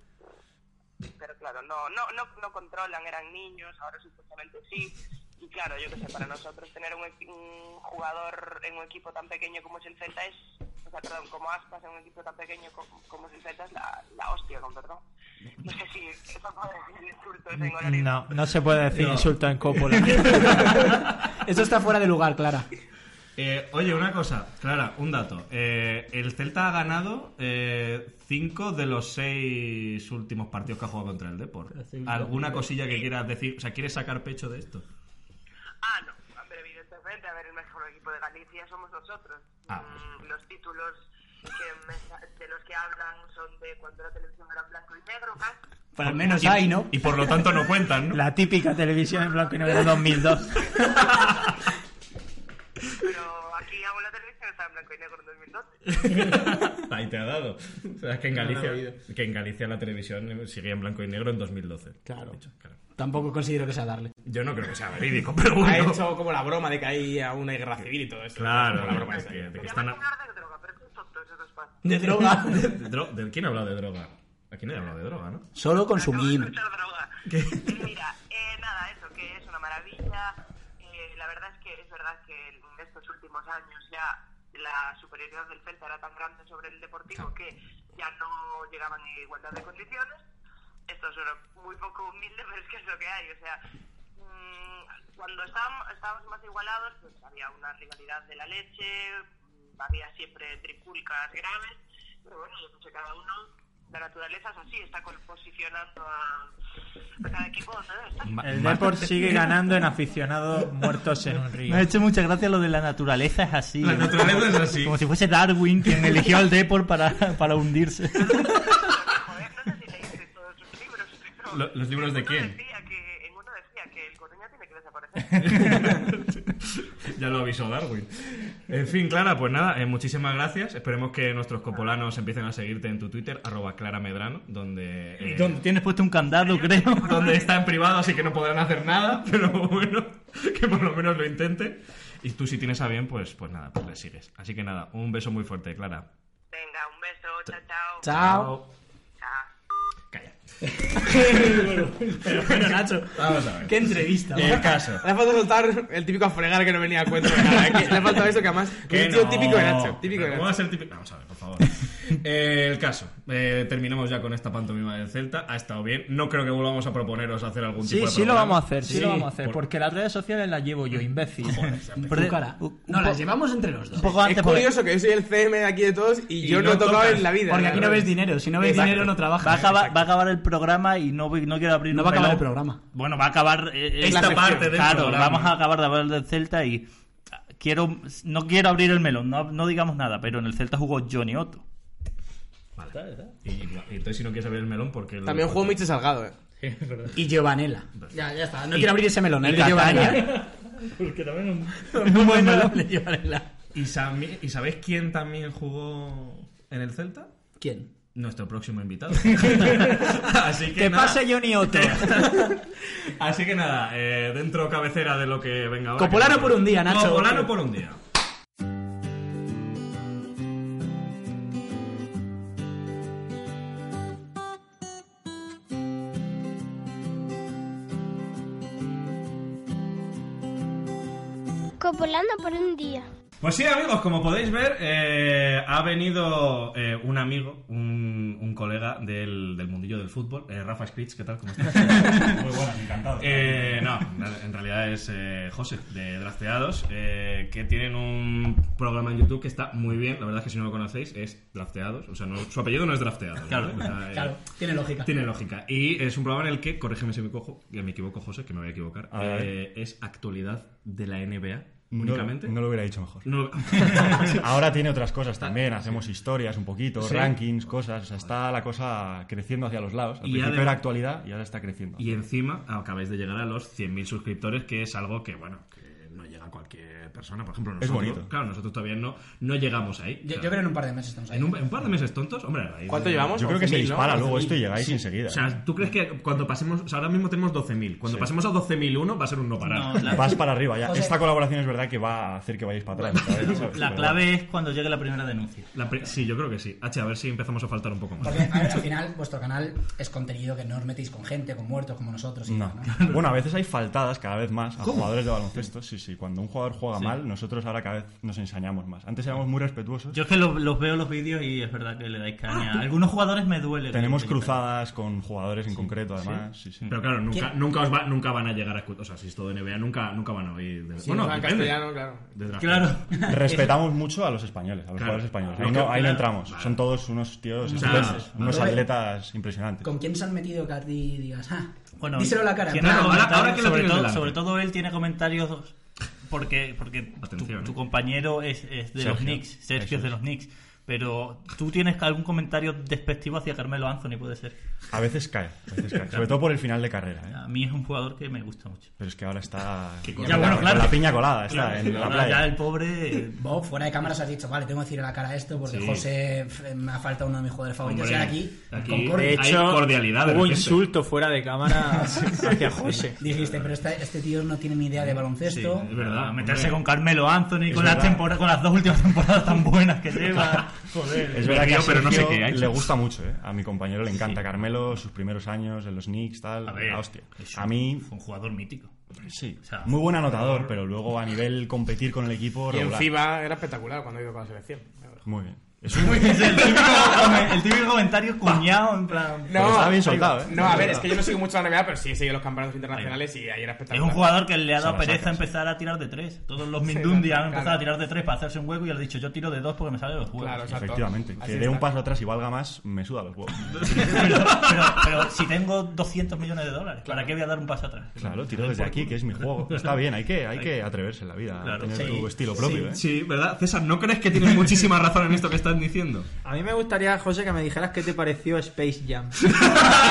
F: Pero claro, no, no, no, no controlan, eran niños, ahora supuestamente sí. Y claro, yo que sé, para nosotros tener un, equi- un jugador en un equipo tan pequeño como es el Celta es. O sea, perdón, como Aspas en un equipo tan pequeño co- como, es el Celta es la, la hostia, con perdón. No sé si eso puede decir insultos en horario.
C: No, no se puede decir insulto en Coppola.
D: Eso está fuera de lugar, Clara.
A: Eh, oye, una cosa, Clara, un dato. Eh, el Celta ha ganado eh, cinco de los seis últimos partidos que ha jugado contra el Depor. ¿Alguna cosilla que quieras decir? O sea, ¿quieres sacar pecho de esto?
F: Ah, no, hombre, evidentemente, a ver, el mejor equipo de Galicia somos nosotros.
A: Ah,
F: Mm, Los títulos que me- de los que hablan son de cuando la televisión era en blanco y negro, más.
D: Pues Al menos hay, ¿no?
A: Y por lo tanto no cuentan, ¿no?
C: La típica televisión en blanco y negro 2002.
F: Pero aquí aún la televisión está en blanco y negro en 2012.
A: Ahí te ha dado. O sea, es que en Galicia, que en Galicia la televisión seguía en blanco y negro en 2012.
D: Claro.
A: Dicho, claro.
D: Tampoco considero que sea darle.
A: Yo no creo que sea verídico, pero
B: Ha
A: bueno.
B: hecho como la broma de que hay aún una guerra civil y todo eso.
A: Claro,
B: Como la broma
A: de
B: esa.
A: que- de que
F: Ya me
A: están a-
F: hablar de droga, pero es tonto, eso nos pasa.
D: De droga.
A: de, dro- de- ¿Quién ha hablado de droga? Aquí nadie ha hablado de droga, ¿no?
D: Solo
F: Acabo de
D: consumimos.
F: escuchar droga. Eh, Mira, eh, nada, eso, que es una maravilla. Eh, la verdad es que es verdad que en estos últimos años ya la superioridad del Celta era tan grande sobre el Deportivo que ya no llegaban a igualdad de condiciones. Esto suena muy poco humilde, pero es que es lo que hay. O sea, mm, cuando estábamos, estábamos más igualados, pues había una rivalidad de la leche, mm, había siempre trifulcas graves, pero bueno, yo creo que cada uno, la naturaleza es así, está con- posicionando a, a cada equipo donde debe estar.
A: Ma-
C: El
A: ma-
C: Deport sigue ganando en aficionados muertos en un río.
E: Me ha hecho mucha gracia lo de la naturaleza es así.
A: La naturaleza es así.
E: Como si fuese Darwin quien eligió al Depor para, para hundirse.
F: Joder, no sé si leíste todos sus libros. pero
A: Lo- ¿los libros de
F: en uno
A: quién?
F: Decía que, en uno decía que el Coruña tiene que desaparecer.
A: ya lo avisó Darwin. En fin, Clara, pues nada, eh, muchísimas gracias. Esperemos que nuestros copolanos empiecen a seguirte en tu Twitter, arroba Clara Medrano, donde, eh,
E: Donde tienes puesto un candado, creo.
A: donde está en privado, así que no podrán hacer nada, pero bueno, que por lo menos lo intenten. Y tú si tienes a bien, pues, pues nada, pues le sigues. Así que nada, un beso muy fuerte, Clara.
F: Venga, un beso, chao, chao.
D: Chao.
F: Chao.
A: Calla.
D: Bueno, Nacho.
A: Vamos a ver.
D: Qué entrevista.
A: El caso.
B: Le ha faltado soltar el típico a fregar que no venía a cuento de nada. Que Le ha faltado eso que además.
A: Que
B: un tío
A: no.
B: típico de Nacho. Típico de
A: Pero ¿cómo va
B: Nacho.
A: a ser típico? Vamos a ver, por favor. Eh, el caso. Eh, terminemos ya con esta pantomima del Celta. Ha estado bien. No creo que volvamos a proponeros hacer algún tipo
C: Sí,
A: de
C: sí lo
A: programa.
C: vamos a hacer, sí,
A: Sí,
C: lo vamos a hacer,
A: por-
C: porque las redes sociales las llevo yo, imbécil.
D: Tu cara. No, las llevamos entre los dos.
E: Un poco
B: Es
E: antes, porque
B: curioso que yo soy el CM de aquí de todos y,
A: Y
B: yo
A: no
B: no he tocado
A: tocas.
B: en la vida.
D: Porque aquí no ves
B: dinero.
D: dinero. Si no ves
B: Exacto.
D: dinero, no
E: va a,
D: trabajas.
E: acabar, va a acabar el programa y no, voy- no quiero abrir
D: No
E: un
D: va a acabar el
E: melón.
D: programa.
E: Bueno, va a acabar eh,
A: Esta
E: la sección.
A: parte del
E: Claro,
A: programa.
E: vamos a acabar de hablar del Celta y ah, quiero no quiero abrir el melón, no, no digamos nada, pero en el Celta jugó Johnny Otto.
A: Y, y entonces, si no quieres abrir el melón, porque. el-
B: También jugó Micho Salgado, eh.
D: Y Giovanella. Ya, ya está. No quiero abrir ese melón. El de Giovanella.
E: Catania.
D: Un buen melón de Giovanella.
A: ¿Y, sami- ¿Y sabéis quién también jugó en el Celta?
D: ¿Quién?
A: nuestro próximo invitado. Así que
G: Que
A: nada.
G: pase Johnny Otto.
A: Así que nada, eh, dentro cabecera de lo que venga ahora.
D: Copolano
A: Que-
D: por un día, Nacho.
A: Copolano por un día.
H: Copulando por un día.
A: Pues sí, amigos, como podéis ver, eh, ha venido eh, un amigo, un, un colega del, del mundillo del fútbol, eh, Rafa Scritch, ¿qué tal? ¿Cómo estás?
C: Muy buenas, encantado.
A: Eh, no, en realidad es eh, José de Drafteados, eh, que tienen un programa en YouTube que está muy bien. La verdad es que si no lo conocéis es Drafteados, o sea, no- su apellido no es Drafteados. ¿no?
E: Claro,
A: O sea, eh,
D: Claro, tiene lógica.
A: Tiene lógica. Y es un programa en el que, corrígeme si me, cojo, que me equivoco, José, que me voy a equivocar,
C: A ver.
A: eh, es actualidad de la NBA
C: No-
A: únicamente.
C: No, lo hubiera dicho mejor.
A: No-
C: Ahora tiene otras cosas también. Hacemos historias un poquito,
A: Sí.
C: rankings, cosas. O sea, está la cosa creciendo hacia los lados. Al
A: Y
C: principio
A: además-
C: era actualidad y ahora está creciendo.
A: y encima acabáis de llegar a los 100.000 suscriptores, que es algo que, bueno, que no llega a cualquier persona. Por ejemplo,
C: Es
A: nosotros,
C: bonito.
A: claro, nosotros todavía no, no llegamos ahí.
D: Yo, yo
A: Claro.
D: creo que en un par de meses estamos ahí.
A: ¿En un, en un par de meses tontos? Hombre, ahí-
B: ¿Cuánto llevamos?
C: Yo creo que se
B: 11.000, ¿no?
C: dispara luego
B: 11.000.
C: esto y llegáis
A: Sí.
C: enseguida.
A: O sea, ¿tú crees que cuando pasemos... o sea, ahora mismo tenemos 12.000. Cuando
C: Sí.
A: pasemos a 12.001 va a ser un no parar.
E: No, la-
C: Vas para arriba ya.
D: José-
C: Esta colaboración es verdad que va a hacer que vayáis para atrás. ¿sabes? Pero
E: La
C: bueno.
E: clave es cuando llegue la primera denuncia.
A: La pri- sí, yo creo que sí. H, a ver si empezamos a faltar un poco más.
D: Porque, a ver, al final, vuestro canal es contenido que no os metéis con gente, con muertos como nosotros. y
C: No.
D: tal,
C: Bueno, a veces hay faltadas cada vez más a jugadores de baloncesto. Sí, sí. Cuando un jugador juega mal, nosotros ahora cada vez nos ensañamos más. Antes éramos muy respetuosos.
E: Yo es que los, los veo los vídeos y es verdad que le dais caña. Algunos jugadores me duele.
C: Tenemos
E: Sí.
C: cruzadas con jugadores en concreto, además. Sí, sí.
A: Pero claro, nunca,
D: ¿Quién?
A: nunca, os va- nunca van a llegar a escuchar. O sea, si es todo NBA, nunca, nunca van a oír. De...
B: Sí, no, en
A: depende.
B: castellano, claro.
A: De draft.
E: Claro.
C: Respetamos mucho a los españoles, a los
A: Claro.
C: jugadores españoles.
A: Lo
C: Ahí
A: que-
C: no, ahí
A: claro.
C: no entramos.
A: Vale.
C: Son todos unos tíos
A: O sea,
C: estupendos,
A: no,
C: unos
D: no, no.
C: atletas
D: ¿no?
C: impresionantes.
D: ¿Con quién se han metido que a ti digas, ah,
E: Bueno,
D: díselo a la cara?
E: tiene
A: Claro, ahora-
E: comentarios-
A: ahora que lo
E: sobre,
A: tienes
E: todo,
A: delante.
E: sobre todo él tiene comentarios porque, porque tu-
A: Atención,
E: tu,
A: eh.
E: compañero es, es de
C: Sergio.
E: los Knicks,
C: Eso
E: Sergio
C: es.
E: es de los Knicks. Pero tú tienes algún comentario despectivo hacia Carmelo Anthony, puede ser.
C: A veces cae, a veces cae. Sobre todo por el final de carrera. ¿eh?
E: A mí es un jugador que me gusta mucho.
C: Pero es que ahora está
A: Qué
C: con
A: cosa. Ya,
C: la-
A: bueno,
C: con
A: claro.
C: la piña colada, está
E: Claro,
C: en la
E: ahora
C: playa.
E: ya el pobre. eh,
D: Bob, fuera de cámara, os has dicho, vale, tengo que decirle a la cara esto porque
A: Sí.
D: José f- me ha faltado uno de mis jugadores favoritos.
A: Hombre,
D: y ahora aquí,
A: aquí-
D: con Corby,
A: Hay
G: De hecho,
A: cordialidad de
G: hubo
A: repente.
G: insulto fuera de cámara hacia José.
D: dijiste, pero este, este tío no tiene ni idea de baloncesto.
A: Es verdad.
E: a meterse
A: hombre.
E: con Carmelo Anthony,
C: verdad.
E: con, las tempora- con las dos últimas temporadas tan buenas que lleva.
C: Es verdad que
A: río,
C: a
A: pero no sé
C: Sergio
A: qué ha hecho.
C: le gusta mucho, ¿eh? A mi compañero le encanta Carmelo, sus primeros años en los Knicks, tal.
E: A ver,
C: la hostia.
E: es
C: A mí,
E: Fue un jugador mítico.
C: sí.
E: o sea,
C: muy buen anotador, pero luego a nivel competir con el equipo.
B: Y en
C: regular.
B: FIBA era espectacular cuando he ido con la selección.
C: Muy bien. Es un-
E: Es el típico, come- el típico comentario cuñado, en plan.
C: Pero estaba bien soltado, ¿eh?
B: No, a ver, es que yo no sigo mucho la NBA, pero sí he seguido los campeonatos internacionales y ahí era
E: Es
B: espectacular.
E: un jugador que le ha
C: Se
E: dado
C: la saca,
E: pereza
C: sí.
E: empezar a tirar de tres. Todos los Mindundi han
B: claro.
E: empezado a tirar de tres para hacerse un hueco y él ha dicho: Yo tiro de dos porque me sale de los huevos.
B: Claro, exacto.
C: Efectivamente.
B: Así
C: Que dé un
B: está.
C: paso atrás y valga más, me suda los huevos.
E: Pero, pero- pero si tengo 200 millones de dólares, ¿para qué voy a dar un paso atrás?
C: Claro, tiro desde aquí, que es mi juego. Está bien, hay que, hay que atreverse en la vida,
E: Claro,
C: tener
E: sí,
C: tu estilo propio, ¿eh?
A: Sí, ¿verdad? César, ¿no crees que tienes muchísima razón en esto que estás diciendo?
G: A mí me gustaría, José, que me dijeras qué te pareció Space Jam.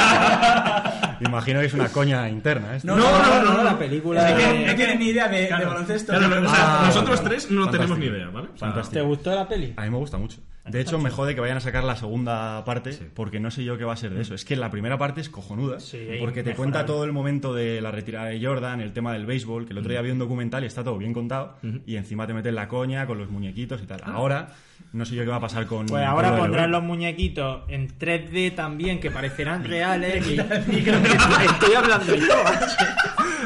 C: ¿eh? Imagino que es una coña interna esto.
G: no, no, la película.
D: Es que
G: de-
D: no tiene ni idea de, de baloncesto.
A: Claro, este o sea,
C: Ah,
A: nosotros
C: vale.
A: tres no
C: Fantástico.
A: tenemos ni idea, ¿vale? O sea,
C: Fantástico.
G: ¿Te gustó la peli?
C: A mí me gusta mucho. De hecho, me jode que vayan a sacar la segunda parte, porque no sé yo qué va a ser de eso. Es que la primera parte es cojonuda, porque te cuenta todo el momento de la retirada de Jordan, el tema del béisbol, que el otro día vi un documental y está todo bien contado, y encima te meten la coña con los muñequitos y tal.
A: Ah.
C: Ahora, no sé yo qué va a pasar con...
G: Pues
C: con
G: ahora
C: lo de
G: pondrán
C: LeBron.
G: los muñequitos en 3D también, que parecerán reales. Y, y creo que estoy hablando yo.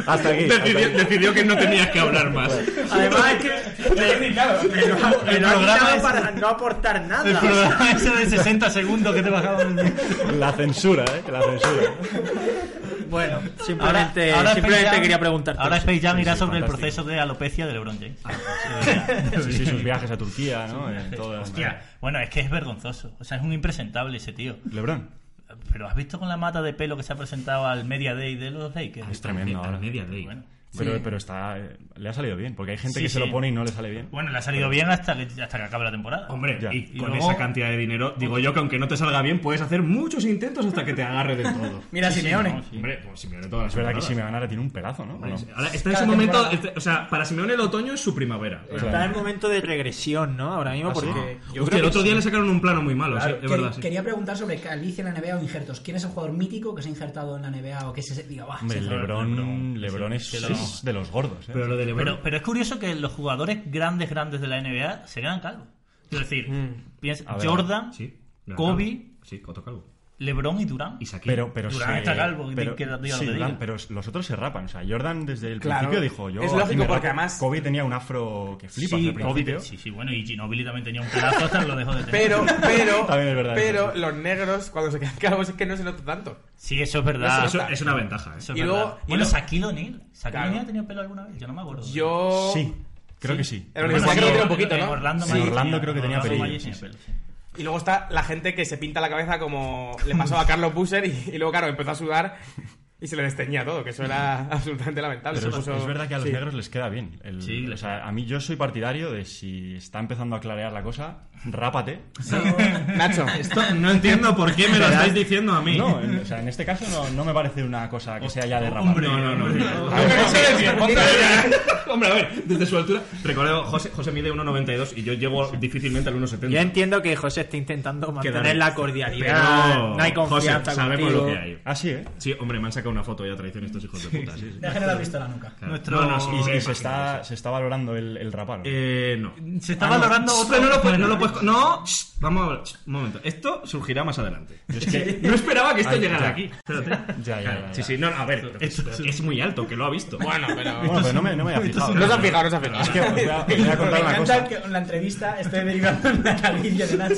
C: Hasta aquí. hasta
A: decidió,
C: aquí.
A: decidió que no tenías que hablar más.
G: Además, es que. me- me lo- me
E: el
G: lo han
E: programa
G: quitado
E: es-
G: para no aportar
E: El
G: nada.
E: programa ese de 60 segundos que te bajaban el
C: La censura, ¿eh? La censura.
G: Bueno, simplemente,
E: Ahora- ahora
G: simplemente
E: Space Jam-
G: quería preguntarte.
E: Ahora
G: eso.
E: Space Jam
C: Sí,
E: irá
C: sí,
E: sobre el
C: fantástico.
E: proceso de alopecia de LeBron James.
A: Ah, pues
C: Sí, sí, sus viajes a Turquía, ¿no? Eh, todo-
E: Hostia, bueno, es que es vergonzoso. O sea, es un impresentable ese tío.
C: Lebron.
E: Pero ¿has visto con la mata de pelo que se ha presentado al Media Day de los Lakers?
C: Es tremendo ahora.
A: Media day.
E: Bueno.
I: Pero, pero está, eh, le ha salido bien, porque hay gente
E: Sí,
I: que se
E: sí.
I: lo pone y no le sale bien.
E: Bueno, le ha salido bien hasta que, hasta que acabe la temporada.
A: Hombre,
I: Ya.
A: y
E: Y
A: con
E: luego-
A: esa cantidad de dinero, digo yo que aunque no te salga bien, puedes hacer muchos intentos hasta que te agarre del todo.
C: Mira, Simeone.
A: no, sí. Hombre, pues Simeone todas las
I: Es verdad que
A: temporadas.
I: si me ganara tiene un pelazo, ¿no? ¿O no?
A: Ahora, está en su momento, este- o sea, para Simeone el otoño es su primavera.
I: Claro.
C: Está en momento de regresión, ¿no? Ahora mismo, porque.
A: Hostia, el otro día le sacaron un plano muy malo, sí, es
D: Que-
A: verdad. sí.
D: Quería preguntar sobre calicia en la NBA o injertos. ¿Quién es el jugador mítico que se ha injertado en la NBA o que se diga, "Buah,
I: Hombre,
D: se-
I: Lebron, Lebron es,
E: que lo-
I: es de los gordos. ¿eh?
A: Pero lo de Lebron-
E: Pero, pero es curioso que los jugadores grandes, grandes de la NBA se quedan calvos. Es decir, piensa,
I: A ver,
E: Jordan,
A: Mm. Sí, mira,
E: Kobe,
A: calvo. Sí, Otto Calvo.
E: LeBron y Durán.
A: Y Shaquille.
I: Pero, pero
E: Durán
I: se-
E: está calvo, que
I: pero,
E: te- que diga lo
I: sí,
E: que diga.
I: Durán, pero los otros se rapan. O sea, Jordan desde el
B: Claro.
I: principio dijo yo.
B: Es
I: aquí
B: lógico,
I: me
B: porque
I: rapo.
B: además-
I: Kobe tenía un afro que flipa
E: sí,
I: al principio.
E: Kobe, sí, sí, bueno, y Ginobili también tenía un pedazo hasta que lo dejó de tener.
B: Pero, pero,
I: También es verdad,
B: pero
I: sí.
B: los negros cuando se quedan calvos es que no se nota tanto.
E: Sí, eso es verdad.
A: Ah,
E: Eso,
A: eso es una ventaja, ¿eh?
E: es
B: Y
E: verdad.
B: luego- y
E: bueno,
B: luego-
E: Shaquille O'Neal. ¿Shaquille
B: Claro.
E: O'Neal ha tenido pelo alguna vez? Yo no me acuerdo.
B: Yo.
I: Sí, creo que sí.
B: En la universidad
E: sí,
B: creo que tenía
E: en-
B: un poquito,
E: En
B: ¿no?
E: Orlando,
I: Sí,
E: Magic
I: Orlando
E: tenía-
I: creo que tenía
E: Orlando
I: pelillo,
E: Magic
I: sí,
E: tenía
I: sí.
E: pelo, sí.
B: Y luego está la gente que se pinta la cabeza como le pasó a Carlos Busser y, y luego, claro, empezó a sudar y se le desteñía todo, que eso era absolutamente lamentable.
I: Pero
B: Se
I: es,
B: puso-
I: es verdad que a los
B: sí.
I: negros les queda bien. El-
E: Sí,
I: o sea, a mí yo soy partidario de si está empezando a clarear la cosa, rápate.
B: Nacho,
A: Esto no entiendo por qué me lo estáis diciendo a mí.
I: No, en, o sea, en este caso no, no me parece una cosa que sea ya de rapar.
A: Hombre, no, no, no.
I: A ver,
A: Hombre, a ver, desde su altura. Recordemos, José, José mide 1,92 y yo llego difícilmente al 1,70.
C: Yo entiendo que José está intentando mantener
A: Quedar-
C: la cordialidad.
A: Pero-
C: No hay confianza
A: José, sabemos lo
C: contigo.
A: que hay.
I: Así, ¿eh?
A: Sí, hombre, me han sacado una foto ya traición estos hijos de puta. Sí, sí.
D: Déjale la vista a la nuca.
A: Claro.
E: Nuestro-
A: No, no, sí,
I: Y,
A: sí,
I: y se,
A: imagino,
I: está,
A: sí.
I: se está valorando el, el rapar. ¿no?
A: Eh, no.
E: Se está valorando otro.
A: Pero no lo puedes, no lo puedes. No, shh, vamos a ver, shh, un momento. Esto surgirá más adelante. Es que no esperaba que esto
I: Ay,
A: llegara
I: ya.
A: aquí. Espérate.
I: Ya, ya, ya, ya.
A: Sí, sí, no, no, a ver, es, es muy alto, que lo ha visto.
B: bueno, pero.
I: Bueno, pero no me, no me había fijado.
B: No se han fijado, no se han fijado.
I: Es que os voy a, os voy a
D: Me
I: contar una
D: encanta
I: cosa.
D: que en la entrevista esté derivando en la calicia de Nacho.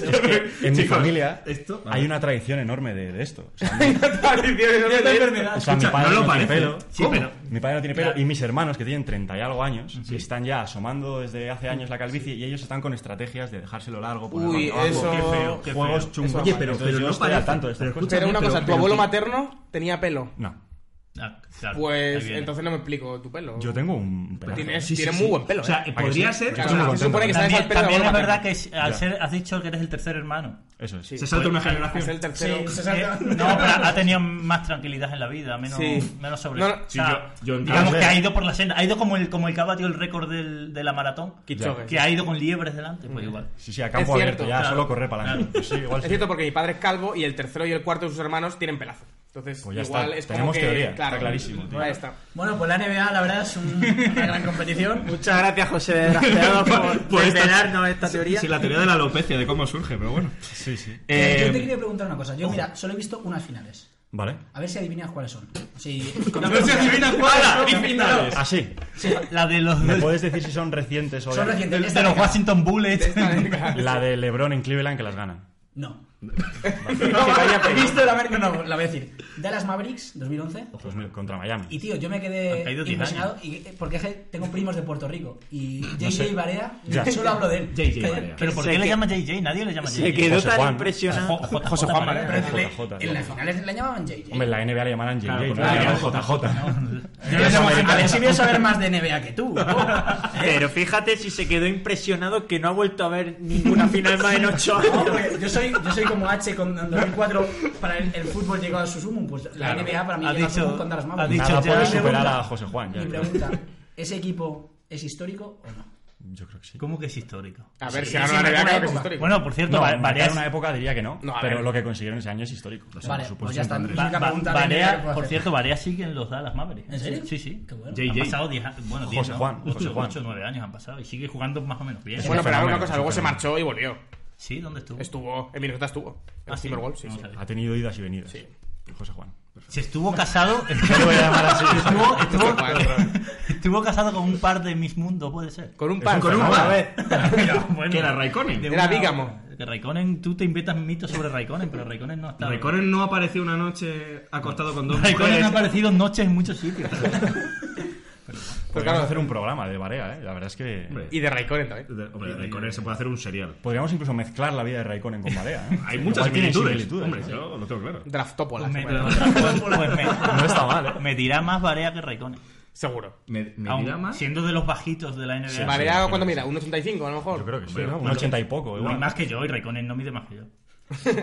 I: En mi
A: Chicos,
I: familia
A: esto-
I: hay una tradición enorme de, de esto. O sea,
D: Esta enfermedad.
I: O sea,
A: Escucha,
I: mi padre
A: no
I: no,
A: lo
I: tiene
A: parece.
I: pelo.
A: Sí, pero-
I: Mi padre no tiene pelo. Y mis hermanos, que tienen 30 y algo años, que están ya asomando desde hace años la calvicie, y ellos están con estrategias de dejárselo largo, ponerlo
B: Uy,
I: abajo,
B: eso-
I: qué feo,
E: qué
I: juegos
E: feo.
I: chungos.
B: Eso-
A: Oye, pero-
I: Entonces,
A: pero
I: yo
A: no
I: estoy al
A: parece,
I: tanto de estas
A: pero
I: cosas.
B: Pero una
A: Pero-
B: cosa, tu
A: pero
B: abuelo
A: tú-
B: materno tenía pelo.
I: No,
E: Ah, claro, ahí
B: Pues
E: viene.
B: entonces no me explico tu pelo.
I: yo tengo un pelazo.
B: Tienes,
A: Sí, sí,
B: tienes
A: sí.
B: muy buen pelo.
A: O sea,
B: ¿eh?
A: podría ser.
B: Claro,
I: estoy muy
B: se supone que
I: contento.
B: sabes
E: También,
B: el pelo de
E: también
B: abuelo
E: es verdad
B: materno.
E: que es- al
I: Ya.
E: ser, has dicho que eres el tercer hermano.
I: Eso es.
B: Sí.
A: Se salta una generación.
B: Es el tercero.
D: Sí, se
E: Eh,
D: salta.
E: no, pero ha tenido más tranquilidad en la vida, menos,
B: Sí.
E: menos sobre.
B: No, no.
E: o sea,
A: Sí, yo- yo
E: digamos
I: Ah,
A: entiendo.
E: que ha ido por la senda. Ha ido como el, como el que ha batido el récord del- de la maratón.
B: Kipchoge,
E: Que
B: sí.
E: ha ido con liebres delante. Pues igual.
I: Sí, sí, a
B: Es
I: campo
B: cierto,
I: abierto, ya
E: claro.
I: solo correr para adelante.
E: Claro.
I: Sí, igual
B: Es
I: sí.
B: cierto porque mi padre es calvo y el tercero y el cuarto de sus hermanos tienen pelazo. Entonces,
I: Pues ya
B: igual
I: está.
B: es como
I: Tenemos
B: que,
I: teoría,
B: claro,
I: está clarísimo, tío.
B: Ahí está.
D: Bueno, pues la NBA, la verdad, es un- una gran competición.
C: Muchas gracias, José Desgraciado, por,
A: Por esta-
C: desvelarnos esta teoría.
A: Sí, la teoría de la alopecia, de cómo surge, pero bueno.
I: Sí, sí.
D: Eh,
A: Eh,
D: Yo te quería preguntar una cosa. Yo, mira, solo he visto unas finales.
I: Vale.
D: A ver si adivinas cuáles son. Sí,
A: No se adivina cuál, y finales.
I: Así.
E: La de los.
I: Ah, ¿Me
E: de-
I: puedes decir si son recientes o
D: Son recientes.
E: de
D: Esta
E: los
D: década.
E: Washington Bullets.
I: La de LeBron en Cleveland que las gana.
D: No.
B: No, vaya
D: He
B: pelo.
D: visto la ver- No, no, la voy a decir. Dallas Mavericks, 2011.
I: Pues mira, contra Miami.
D: Y tío, yo me
E: Han
D: quedé
E: caído diez
D: impresionado y, eh, porque je- tengo primos de Puerto Rico y JJ
I: sé.
D: Barea,
I: Ya.
D: solo hablo de él.
A: JJ
D: Que-
A: Barea.
E: Pero ¿por
C: Se
E: qué le
C: que-
E: llama JJ? Nadie le llama
C: Se
E: JJ.
C: quedó
I: José
C: tan
I: Juan.
C: impresionado.
E: Jo- JJ,
B: José Juan,
E: ¿vale?
B: ¿vale?
D: Pero en, la-
I: JJ,
D: en las
I: ¿no?
D: finales la llamaban JJ.
I: Hombre, en la NBA le llamarán JJ,
A: Claro,
I: no
A: porque
I: le
A: la
I: llaman
A: llaman
I: JJ.
D: Yo
I: Ya
D: no sé,
I: llamo
D: a ver
I: JJ.
D: si voy a saber más de NBA que tú.
C: Pero fíjate si se quedó impresionado que no ha vuelto a ver ninguna final más en ocho
D: No,
C: años.
D: porque yo soy, yo soy como H con en 2004 para el, el fútbol llegó a su sumo, pues la
B: Claro.
D: NBA para mí
E: Ha
D: llegó a su
E: dicho-
D: sumo con Dallas
E: ha
D: Mavericks.
E: dicho
I: Nada
E: ya-
I: puede
E: Mi
I: superar a José Juan. ya.
D: Mi pregunta, ¿ese equipo es histórico o no?
I: Yo creo que sí.
E: ¿Cómo que es histórico?
B: A ver
D: Sí,
B: si ganó
D: sí,
B: la
D: marcó
B: NBA, creo
D: una
B: que es
D: época.
B: histórico.
E: Bueno, por cierto,
I: No,
E: va-
I: Barea en
E: varias.
I: una época diría que no,
B: No, a
I: pero
B: ver.
I: lo que consiguieron ese año es histórico. O sea,
D: Vale,
I: por supuesto,
D: pues ya está.
I: Andrés.
D: Es la única
E: Va-
D: pregunta de
E: Varea-
D: NBA que puedo
E: por
D: hacer.
E: cierto, Varea sigue en los Dallas Mavericks.
D: ¿En serio?
E: Sí, sí.
D: Qué bueno.
E: Han pasado 10 años. Bueno, 10,
I: José
E: ¿no?
I: Juan, José
E: 8,
I: Juan.
E: 9 años han pasado y sigue jugando más o menos bien.
B: Bueno, pero hago una
I: fenómeno,
B: cosa,
I: es un
B: luego se
I: fenómeno.
B: marchó y volvió.
E: Sí, ¿dónde estuvo?
B: Estuvo, en Minnesota estuvo. En
E: Ah, sí.
B: Timberwolves, sí,
E: No
B: sí.
E: sabía.
I: Ha tenido idas y venidas. José Juan.
E: Se estuvo casado.
I: Yo lo voy a llamar así.
E: estuvo,
B: Qué
E: estuvo, estuvo casado con un par de Miss Mundo, puede ser.
B: Con un par.
A: Con un par.
B: A ver.
E: Bueno,
A: que era Raikkonen.
E: de
B: Era
E: una-
B: Bígamo.
E: que Raikkonen, tú te inventas mitos sobre Raikkonen, pero Raikkonen no está.
A: Raikkonen no apareció una noche acostado con dos
E: Raikkonen ha
A: mujeres.
E: aparecido noches en muchos sitios.
I: Podríamos hacer un programa de Barea, ¿eh? La verdad es que...
A: Hombre.
B: Pues Y de Raikkonen también.
A: De- Hombre, Raikkonen se puede hacer un serial.
I: Podríamos incluso mezclar la vida de Raikkonen con Barea. ¿eh?
A: Hay
I: Igual
A: muchas
I: tienen
A: similitudes. Hombre,
I: similitudes.
A: yo lo tengo claro.
B: Draftópola.
E: Pues me-
B: se llama.
E: pues me-
I: No está mal, ¿eh?
E: Me dirá más Barea que Raikkonen.
B: seguro.
J: ¿Me, me
E: Aun
J: dirá más?
E: siendo de los bajitos de la NBA.
J: Sí,
B: Vale,
J: sí,
B: ya
J: sí, sí.
B: cuando mira, un 85 a lo mejor.
J: Yo creo que sí,
A: Bueno,
J: ¿no?
A: un 80 y poco,
E: No hay
A: igual.
E: más que yo y Raikkonen no mide más que yo.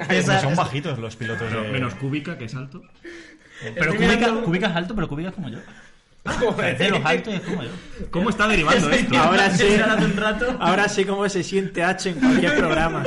A: Pues son bajitos los pilotos
J: Pero
A: de...
J: menos cúbica, que es alto.
E: Pero Kubica, Kubica es alto, pero Kubica es como yo. Es de los altos y es como yo.
J: ¿Cómo está derivando esto?
C: Ahora sí,
E: hace un rato.
C: ahora sí como se siente H en cualquier programa.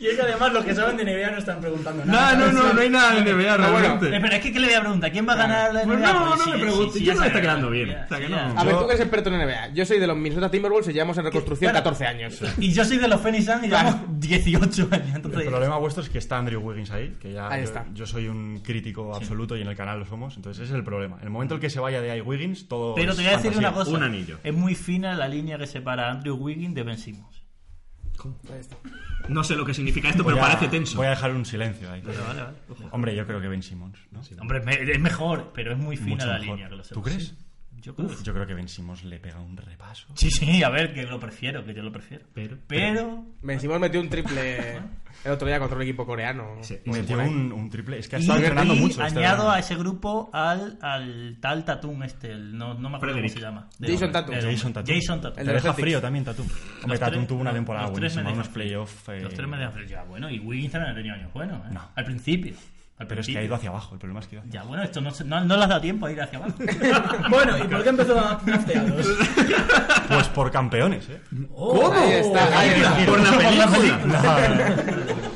C: Y es que además los que saben de NBA no están preguntando
J: No, no, no, no hay nada de NBA
B: bueno,
J: realmente.
E: Espera, Eh, es que ¿qué le voy a preguntar? ¿Quién va a ganar la
J: Pues
E: NBA?
J: no,
E: Porque
J: no
E: sí,
J: me
E: sí,
J: preguntes.
E: sí,
J: Yo
E: ya
J: no me está
E: sabemos.
J: quedando bien.
E: Ya, Ah,
J: O sea, que
E: sí,
J: no.
E: ya.
B: A ver,
A: Yo-
B: tú que eres experto en NBA. Yo soy de los Minnesota Timberwolves y llevamos en reconstrucción
E: Claro.
B: 14 años.
E: Y yo soy de los Phoenix Suns y llevamos 18 años.
A: El
E: Entonces,
A: problema vuestro es que está Andrew Wiggins ahí, que ya
B: Ahí
A: yo,
B: está.
A: yo soy un crítico absoluto y en el canal lo somos, entonces ese es el problema. En el momento en el que se vaya de ahí Wiggins, todo
E: pero
A: es
E: te voy a decir
A: fantasía.
E: una cosa.
J: un anillo.
E: Es muy fina la línea que separa a Andrew Wiggins de Ben Simmons.
J: No sé lo que significa esto, pero
A: Voy a-
J: parece tenso.
A: Voy a dejar un silencio ahí.
E: Pero vale, vale.
A: Hombre, yo creo que Ben Simmons, ¿no?
E: Hombre, es me- es mejor, pero es muy fina
A: Mucho
E: la
A: mejor.
E: línea que lo
A: ¿Tú
E: separa.
A: crees?
E: Sí. Yo creo que sí.
A: Yo creo que Ben Simmons le pega un repaso.
E: Sí, sí, a ver, que lo prefiero, que yo lo prefiero.
J: Pero-
E: pero
B: Ben Simmons metió un triple el otro día contra un equipo coreano.
J: Sí.
A: Me
J: Metió
A: dio un, un triple. Es que ha
E: Y-
A: estado
E: y
A: entrenando mucho. este
E: añado
A: verano.
E: a ese grupo al, al tal Tatum este, el- no, no me acuerdo
J: Frederick.
E: cómo se llama.
B: Jason
E: Tatum
B: Tatum.
E: El-
A: Jason Tatum.
E: Jason Tatum.
B: El
A: Te
B: de los
A: deja
B: Celtics.
A: frío también Tatum. Hombre,
E: tres-
A: Tatum tuvo una
E: los-
A: temporada
E: los tres me
A: buenísima, unos
E: dejan
A: playoffs. eh,
E: Los tres me dejan- ya, bueno, y Wiggins también ha tenido años buenos, ¿eh?
A: No.
E: Al principio. Al
A: Pero es que
E: principio.
A: ha ido hacia abajo. El problema es que ha ido hacia
E: Ya, bueno, esto no, se- no, no le has dado tiempo a ir hacia abajo.
C: Bueno, ¿y por qué empezó a drafteados?
A: abajo. Pues por campeones, ¿eh?
B: ¿Cómo? Ahí está. ahí está.
J: Por la película.
A: No, no, no.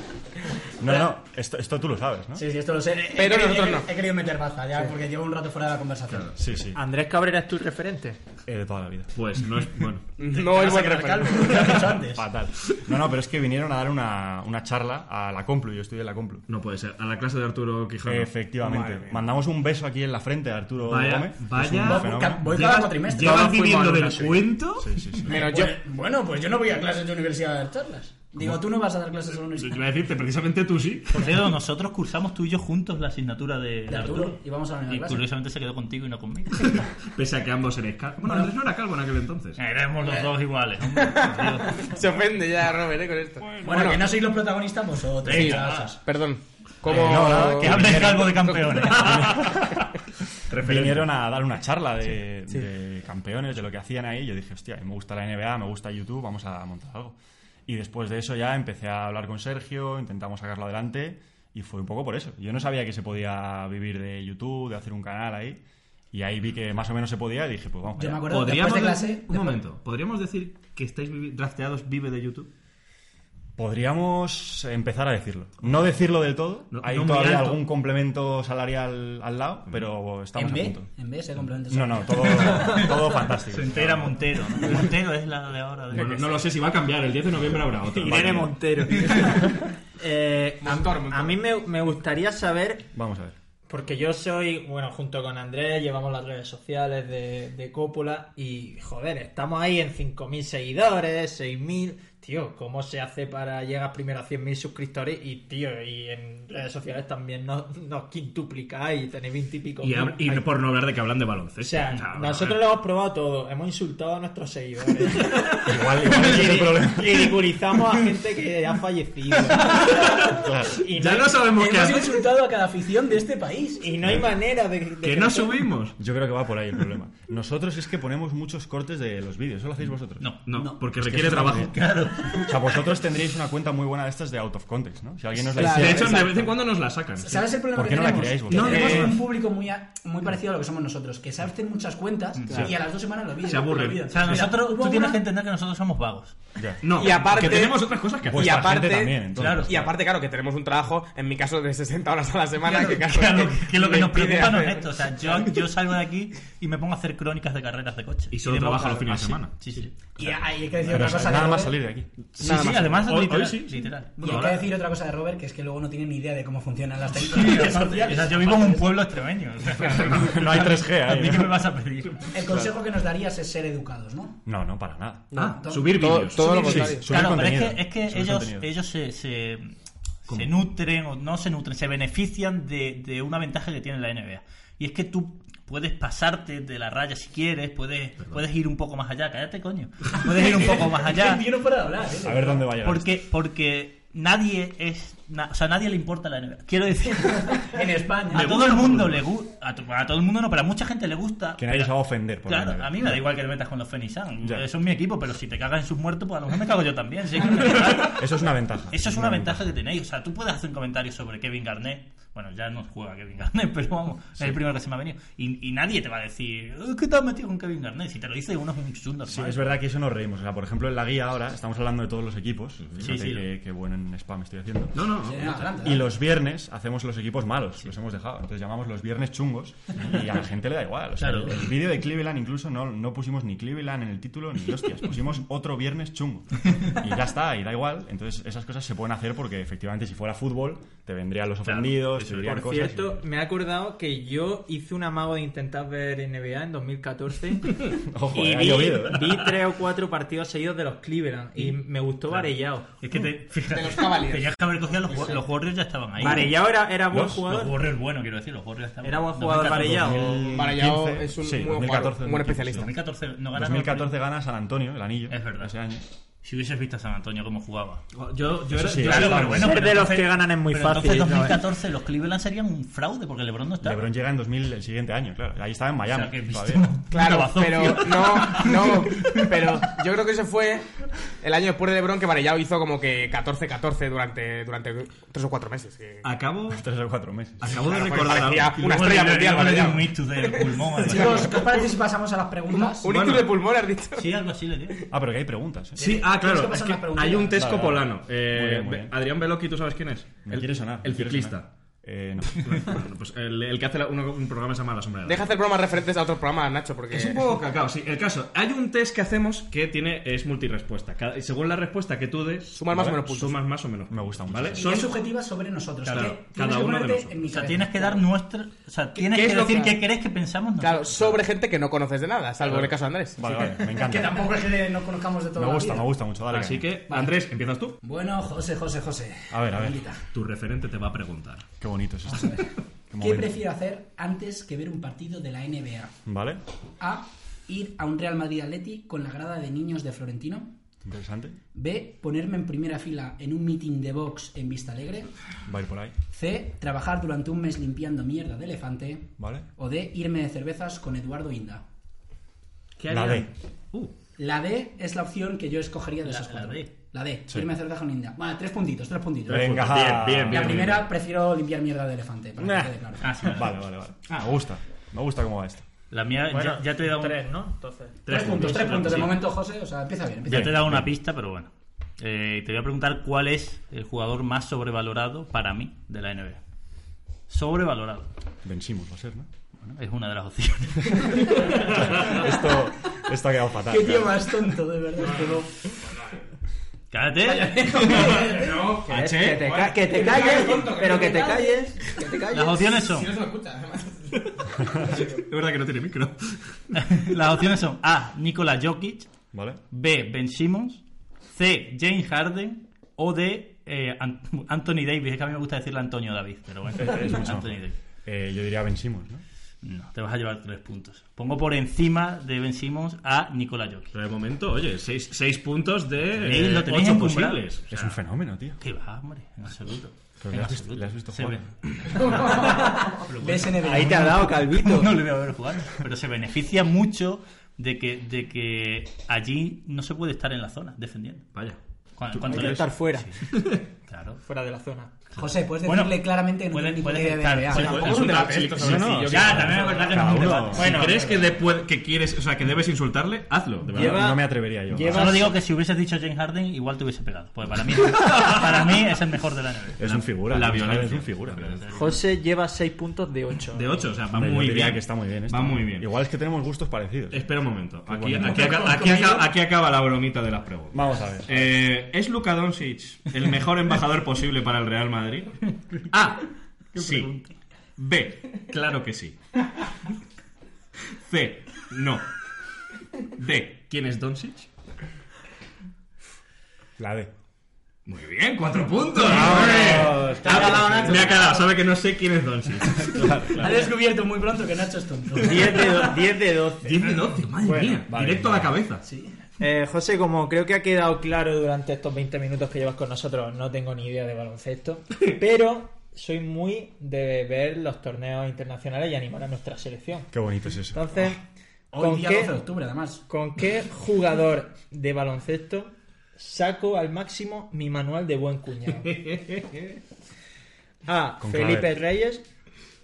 A: No, no, Esto, esto tú lo sabes, ¿no?
C: Sí, sí, esto lo sé. He- he
B: Pero
C: querido-
B: nosotros
C: he-
B: no.
C: He querido meter baza ya, porque llevo un rato fuera de la conversación.
A: Sí, sí.
C: Andrés Cabrera es tu referente.
A: eh, de toda la vida.
J: Pues no es. Bueno.
B: No es buen referente.
A: Fatal. No, no, pero es que vinieron a dar una, una charla a la Complu. Yo estudié en la Complu.
J: No puede ser. A la clase de Arturo Quijano.
C: Eh,
A: Efectivamente. Mandamos un beso aquí en la frente a Arturo
J: Vaya-
A: Gómez. que es
J: vaya-
A: un fenómeno.
C: Ca- Voy
J: Lleva-
C: cada cuatrimestre.
J: Llevas
C: Ahora fui
J: viviendo
C: malo,
J: del
C: no sé.
J: cuento.
A: Sí, sí, sí.
B: Menos yo.
C: Bueno, pues yo no voy a clases de universidad a dar charlas.
D: Digo, tú no vas a dar clases a la
J: Yo
D: universidad.
J: iba a decirte, precisamente tú sí.
E: Por cierto, nosotros cursamos tú y yo juntos la asignatura de, de
D: De Arturo, Ah, y vamos a la misma
E: Y
D: clase.
E: curiosamente se quedó contigo y no conmigo.
J: Pese a que ambos eres calvo. Bueno, Andrés no era calvo en aquel entonces.
A: Eh,
E: Éramos los dos iguales, hombre.
B: Se ofende ya Robert eh, con esto. Bueno,
C: Bueno, que no sois los protagonistas vosotros.
B: sí,
E: venga,
B: ah, perdón. Como
A: no, nada,
E: Eh, Que hables algo de campeones.
A: Vinieron a dar una charla de, de campeones, de lo que hacían ahí. Yo dije, hostia, me gusta la NBA, me gusta YouTube, vamos a montar algo. Y después de eso ya empecé a hablar con Sergio, intentamos sacarlo adelante y fue un poco por eso. Yo no sabía que se podía vivir de YouTube, de hacer un canal ahí. Y ahí vi que más o menos se podía y dije, pues vamos.
D: Yo me
A: allá.
D: acuerdo después de clase.
J: decir- un
D: después-
J: momento. ¿Podríamos decir que estáis vivi- drafteados vive de YouTube?
A: Podríamos empezar a decirlo. No decirlo del todo,
J: No-
A: hay
J: no muy
A: todavía
J: alto.
A: algún complemento salarial al lado, pero estamos a
D: En B,
A: punto.
D: en B se complementa.
A: No, no, todo, todo fantástico.
E: Se entera Montero. ¿no? Montero es la de ahora. De...
J: Bueno, no lo sé si va a cambiar. El 10 de noviembre habrá otra.
C: Irene Montero. Eh, a,
B: Montoro, Montoro.
C: a mí me, me gustaría saber,
A: Vamos a ver.
C: porque yo soy, bueno, junto con Andrés llevamos las redes sociales de, de Coppola y, joder, estamos ahí en 5.000 seguidores, 6.000. Tío, ¿cómo se hace para llegar primero a 100.000 suscriptores? Y, tío, y en redes sociales también nos, nos quintuplicáis y tenéis 20 y pico.
J: Y, hab- y
C: mil.
J: por no hablar de que hablan de
C: O
J: baloncesto.
C: sea,
J: O sea,
C: nosotros lo hemos probado todo, hemos insultado a nuestros seguidores.
A: Igual, igual ese es el problema.
C: Ridiculizamos a gente que ha fallecido. Y
J: Ya
C: hay-
J: no sabemos qué
D: Hemos
J: hacer.
D: insultado a cada afición de este país.
C: Y no hay manera de, de
J: Que no subimos.
A: Yo creo que va por ahí el problema. Nosotros es que ponemos muchos cortes de los vídeos, ¿eso lo hacéis vosotros?
E: No.
J: No, porque
A: Es que
J: requiere
A: eso está muy
J: trabajo.
A: bien. O sea, vosotros tendríais una cuenta muy buena de estas de out of context, ¿no? Si alguien nos la
D: Claro.
J: De
A: hiciera-
J: hecho, de vez en cuando nos la sacan. sí.
D: ¿Sabes el problema
A: ¿Por
D: que
A: qué no la
D: tenemos?
A: creáis
D: Que
A: vosotros?
D: tenemos
J: No,
D: un público muy, a- muy parecido a lo que somos nosotros, que se hacen muchas cuentas y a las dos semanas lo olvidan.
J: Se aburren.
D: lo olvidan.
E: O sea, nosotros, tú
D: Mira,
E: tienes
D: hubo
E: que
D: una-
E: entender que nosotros somos vagos.
A: Ya.
J: No,
B: Y aparte-
J: que tenemos otras cosas que hacer.
A: Vuestra
B: Y aparte-
A: gente también, entonces.
E: claro.
B: Y aparte, claro, que tenemos un trabajo, en mi caso, de 60 horas a la semana. que, claro,
E: Claro, que lo que
B: me
E: nos
B: impide
E: preocupa no es
B: hacer-
E: esto. O sea, yo, yo salgo de aquí y me pongo a hacer crónicas de carreras de coche.
J: Y solo
E: de
J: trabaja
E: motos.
J: los fines de
E: Ah, sí.
J: semana.
E: Sí, sí. sí.
D: Y hay que decir
A: Pero
D: otra cosa. de
A: nada más
D: Robert.
A: salir de aquí.
E: Sí, sí, además,
J: Hoy- hoy
E: literal.
J: sí.
E: literal.
D: Y hay que decir otra cosa de Robert, que es que luego no tiene ni idea de cómo funcionan las
E: Sí,
D: tecnologías
E: aparte, o
D: sociales.
E: sea, yo vivo en un pueblo extremeño. o sea,
A: No hay 3G
E: ¿A mí
A: ahí. ¿eh?
E: qué me
A: ¿no?
E: vas a pedir?
D: El consejo que nos darías es ser educados, ¿no?
A: No, no, para nada.
J: Ah,
D: todo-
J: subir
B: Todo,
J: vídeos.
B: todo lo
A: Sí,
B: contrario.
A: subir
E: Claro, pero es
A: contenido.
E: que, es que
A: Subir
E: ellos,
A: contenido.
E: ellos se, se, se nutren o no se nutren, se benefician de, de una ventaja que tiene la NBA. Y es que tú puedes pasarte de la raya si quieres, puedes, puedes ir un poco más allá, cállate coño. Puedes ir un poco más allá.
D: Yo no puedo hablar, ¿eh?
A: A ver dónde vaya.
E: Porque, porque nadie es na- o sea, a nadie le importa la NBA. Quiero decir,
D: En España.
E: a todo el mundo le gusta. A, to- a todo el mundo no, pero a mucha gente le gusta.
A: Que nadie
E: Pero-
A: se va a ofender por
E: Claro,
A: la NBA.
E: a mí me da igual que te metas con los Phoenix Suns.
A: Ya.
E: Son mi equipo, pero si te cagas en sus muertos, pues a lo mejor me cago yo también. sí, que me da igual.
A: Eso es una ventaja.
E: Eso es una ventaja que tenéis. O sea, tú puedes hacer un comentario sobre Kevin Garnett. Bueno, ya no juega Kevin Garnett, pero vamos, es el primero que se me ha venido. Y, y nadie te va a decir, "Eh, ¿qué te has metido con Kevin Garnett? Si te lo dice uno es un chundo.
A: Sí, es verdad que eso nos reímos. O sea, por ejemplo, en la guía ahora estamos hablando de todos los equipos. Fíjate
E: sí.
A: Qué, qué buen spam estoy haciendo.
C: No, no, no.
A: Y los viernes hacemos los equipos malos, los hemos dejado. Entonces llamamos los viernes chungos y a la gente le da igual. O sea,
E: Claro.
A: el, el vídeo de Cleveland incluso no, no pusimos ni Cleveland en el título ni hostias, pusimos otro viernes chungo. Y ya está, y da igual. Entonces esas cosas se pueden hacer porque efectivamente si fuera fútbol te vendrían los ofendidos, te dirían
K: Por
A: cosas. y-
K: cierto, me he acordado que yo hice un amago de intentar ver NBA en 2014
A: Ojo,
K: y
A: eh, ha
K: vi,
A: llovido.
K: vi tres o cuatro partidos seguidos de los Cleveland y me gustó Varellao.
E: Es que
K: Mm.
E: te, fíjate,
B: De los Cavaliers.
E: tenías que haber cogido a los, ju- los Warriors, ya estaban ahí.
K: Varellao era, era buen
A: Los-
E: Los
K: jugador.
E: Warriors, bueno, quiero decir, los Warriors estaban
K: Era buen jugador
E: 2014.
K: Varellao.
A: 2015,
B: Varellao es un
A: sí,
B: muy buen
A: 2014,
B: jugador, un buen especialista.
E: 2014 no ganaron.
A: 2014 gana San Antonio, el anillo.
E: Es verdad.
A: Ese año.
E: Si hubieses visto a San Antonio cómo jugaba.
K: Oh, Yo, yo
A: Eso
K: era-
A: sí,
K: yo-
A: claro,
K: pero
A: pero
K: bueno, ser
E: pero
K: de los
E: entonces-
K: que ganan es muy
E: pero
K: fácil.
E: Entonces,
K: ¿no?
E: 2014, los Cleveland serían un fraude porque LeBron no está.
A: LeBron llega en 2000, el siguiente año, claro. Ahí estaba en
E: O
A: Miami.
E: sea, que viste
A: todavía.
E: un
B: Claro,
E: tabazo,
B: pero
E: tío.
B: no, no, pero yo creo que eso fue el año después de LeBron que Varellao hizo como que 14-14 durante, durante 3 o 4 meses. que-
E: Ah,
C: Acabo,
A: Tres o cuatro meses.
C: acabo de
B: Claro, porque
C: recordar
B: parecía
C: algo.
B: una
E: Luego
B: estrella
E: le-
B: mundial,
E: luego le dio
B: Varellao.
E: un ictus del pulmón. al-
D: Chicos, ¿qué os parece si pasamos a las preguntas?
B: Un ictus de pulmón, has dicho.
E: Sí, algo así le dio.
A: Ah, pero que hay preguntas. ¿eh?
C: Sí, ah,
D: Tienes que
C: claro.
D: pasar
C: es que
D: las preguntas.
C: hay un Tesco
A: Vale, vale.
C: Polano. Eh,
A: Muy bien, muy bien.
C: Adrián Beloki, ¿tú sabes quién es?
A: Me
C: el,
A: quiere sonar.
C: El
A: me quiere
C: ciclista.
A: sonar. Eh, no.
C: Bueno, pues el, el que hace la- uno- un programa que se llama La Sombrera.
B: Deja hacer bromas referentes a otros programas, Nacho, porque...
C: Es un poco cacao, sí. El caso, hay un test que hacemos que tiene es multirespuesta. Cada- según la respuesta que tú des,
B: Sumas más o menos puntos.
C: Sumas más o menos.
A: Me gusta mucho.
C: ¿Vale?
D: Y
C: Son-
D: es subjetiva sobre nosotros.
C: Claro,
D: que tienes
C: cada uno
D: que
C: de
D: ponerte
C: nosotros.
D: en mi
E: O sea,
D: cabeza.
E: tienes que dar nuestra. O sea, tienes
C: qué
E: que
C: es lo
E: decir
C: que-
E: qué crees que pensamos nosotros.
B: Claro, sobre gente que no conoces de nada, salvo el caso de Andrés.
A: Vale, vale, me
D: Que
A: encanta.
D: tampoco es que no conozcamos de todo.
A: Me
D: la
A: gusta,
D: vida.
A: me gusta mucho. Dale,
C: Así
A: caña.
C: que, Andrés, empiezas tú.
D: Bueno, José, José, José.
A: A ver, a ver.
D: Bendita.
C: Tu referente te va a preguntar.
A: Qué bonito es esto. ¿eh? Qué
D: ¿Qué
A: momento.
D: prefiero hacer antes que ver un partido de la NBA?
A: Vale,
D: A. Ir a un Real Madrid Atleti con la grada de niños de Florentino.
A: interesante.
D: B. Ponerme en primera fila en un meeting de box en Vista Alegre.
A: Va a ir por ahí.
D: C. Trabajar durante un mes limpiando mierda de elefante.
A: Vale.
D: O D. Irme de cervezas con Eduardo Inda.
A: La D.
E: Uh.
D: La D es la opción que yo escogería de
E: La-
D: esas
E: la
D: cuatro.
E: D.
D: La D, irme de cervezas con Inda. Vale, tres puntitos, tres puntitos.
A: Venga.
C: Bien, bien,
D: La
C: bien.
D: primera prefiero limpiar mierda de elefante, para que quede claro.
E: Ah, sí, vale.
A: Vale, vale, vale. Me gusta. Me gusta cómo va esto.
E: La mía,
K: Bueno,
E: ya, ya te he dado un-
K: tres, ¿no? Entonces.
D: Tres puntos, tres puntos. De
C: sí.
D: momento, José, o sea, empieza bien. Empieza
E: Ya
D: bien.
E: te he dado una pista, pero bueno. Eh, te voy a preguntar cuál es el jugador más sobrevalorado para mí de la NBA. Sobrevalorado.
A: Vencimos, va a ser, ¿no?
E: Bueno, es una de las opciones.
A: Esto, esto ha quedado fatal.
D: Qué tío más tonto, de verdad.
E: Cállate.
C: No,
K: Que te, ca- que te calles, pero que te calles. Que te calles.
E: Las opciones son.
C: Es verdad que no tiene micro.
E: Las opciones son A. Nikola Jokic.
A: ¿Vale?
E: B. Ben Simmons. C. James Harden. O D. eh, An- Anthony Davis. Es que a mí me gusta decirle Antonio David, pero bueno.
A: Es mucho
E: Anthony
A: mejor.
E: Davis.
A: Eh, yo diría vencimos, ¿no?
E: No, te vas a llevar tres puntos. Pongo por encima de Ben Simmons a Nikola Jokic.
C: Pero de momento, oye, seis, seis puntos de
E: Tenéis- lo
C: eh,
E: tenéis
C: ocho
E: encumbrado.
C: posibles. O sea,
A: Es un fenómeno, tío.
E: ¿Qué va, hombre? En absoluto.
A: Pero
E: En
A: le has visto,
E: absoluto.
A: le has visto
E: Se
A: jugar.
E: ve-
D: Ves NBA.
K: Ahí te ha dado, Calvito.
E: No le voy a ver jugar. Pero se beneficia mucho de que, de que allí no se puede estar en la zona defendiendo.
C: Vaya.
E: Cu-
B: Hay
E: cuanto
B: que
E: le-
B: estar fuera,
E: Claro.
K: Fuera de la zona.
D: José, puedes
E: Bueno,
D: decirle claramente que no
E: puede-
D: tiene ni
E: puede
D: idea de
E: estar-
D: NBA.
E: puede-
C: Pues
B: tampoco
C: es
B: es un
C: un
B: debate
C: debate,
B: esto,
C: sí,
B: ¿no?
C: sí,
A: No,
C: yo
E: Ya, también es verdad que no
A: Cada
E: es un
A: uno.
E: debate.
A: Si
C: Si
E: Bueno,
C: crees que, después, que quieres, o sea, que debes insultarle, hazlo. De verdad.
A: Lleva- no me atrevería yo.
E: solo digo que si hubieses dicho James Harden, igual te hubiese pegado. Porque para mí, para mí es el mejor de la NBA.
A: Es un figura.
C: La
A: ¿no?
C: violencia.
A: Es un figura.
K: José lleva 6 puntos de 8.
C: De 8, o sea, va
A: Hombre, yo
C: muy
A: diría
C: bien.
A: que está muy bien esto.
C: Va muy bien.
A: Igual es que tenemos gustos parecidos.
C: Espera un momento. Aquí,
A: bueno.
C: aquí, acaba- aquí acaba, aquí acaba la bromita de las preguntas.
A: Vamos a ver.
C: Eh, ¿Es Luka Doncic el mejor embajador posible para el Real Madrid? A. Sí. B. Claro que sí. C. No. D. ¿Quién es Doncic?
A: La D.
C: Muy bien, cuatro
A: Vamos,
C: puntos.
A: te ha
C: Ah, Me ha cagado, sabe que no sé quién es Doncic.
D: Ha descubierto muy pronto que Nacho es tonto.
K: 10 de, do- 10 de 12.
C: 10 de 12, madre
A: Bueno,
C: mía.
A: vale,
C: Directo a la
A: vale.
C: cabeza.
D: Sí.
C: Eh, José, como creo que ha quedado claro durante estos 20 minutos que llevas con nosotros, no tengo ni idea de baloncesto, pero soy muy de ver los torneos internacionales y animar a nuestra selección.
L: Qué bonito es eso.
C: Entonces,
D: Hoy
C: ¿con
D: día
C: qué,
D: 12 de octubre, además.
C: ¿con qué jugador de baloncesto saco al máximo mi manual de buen cuñado? A.
L: Con
C: Felipe
L: Claver.
C: Reyes.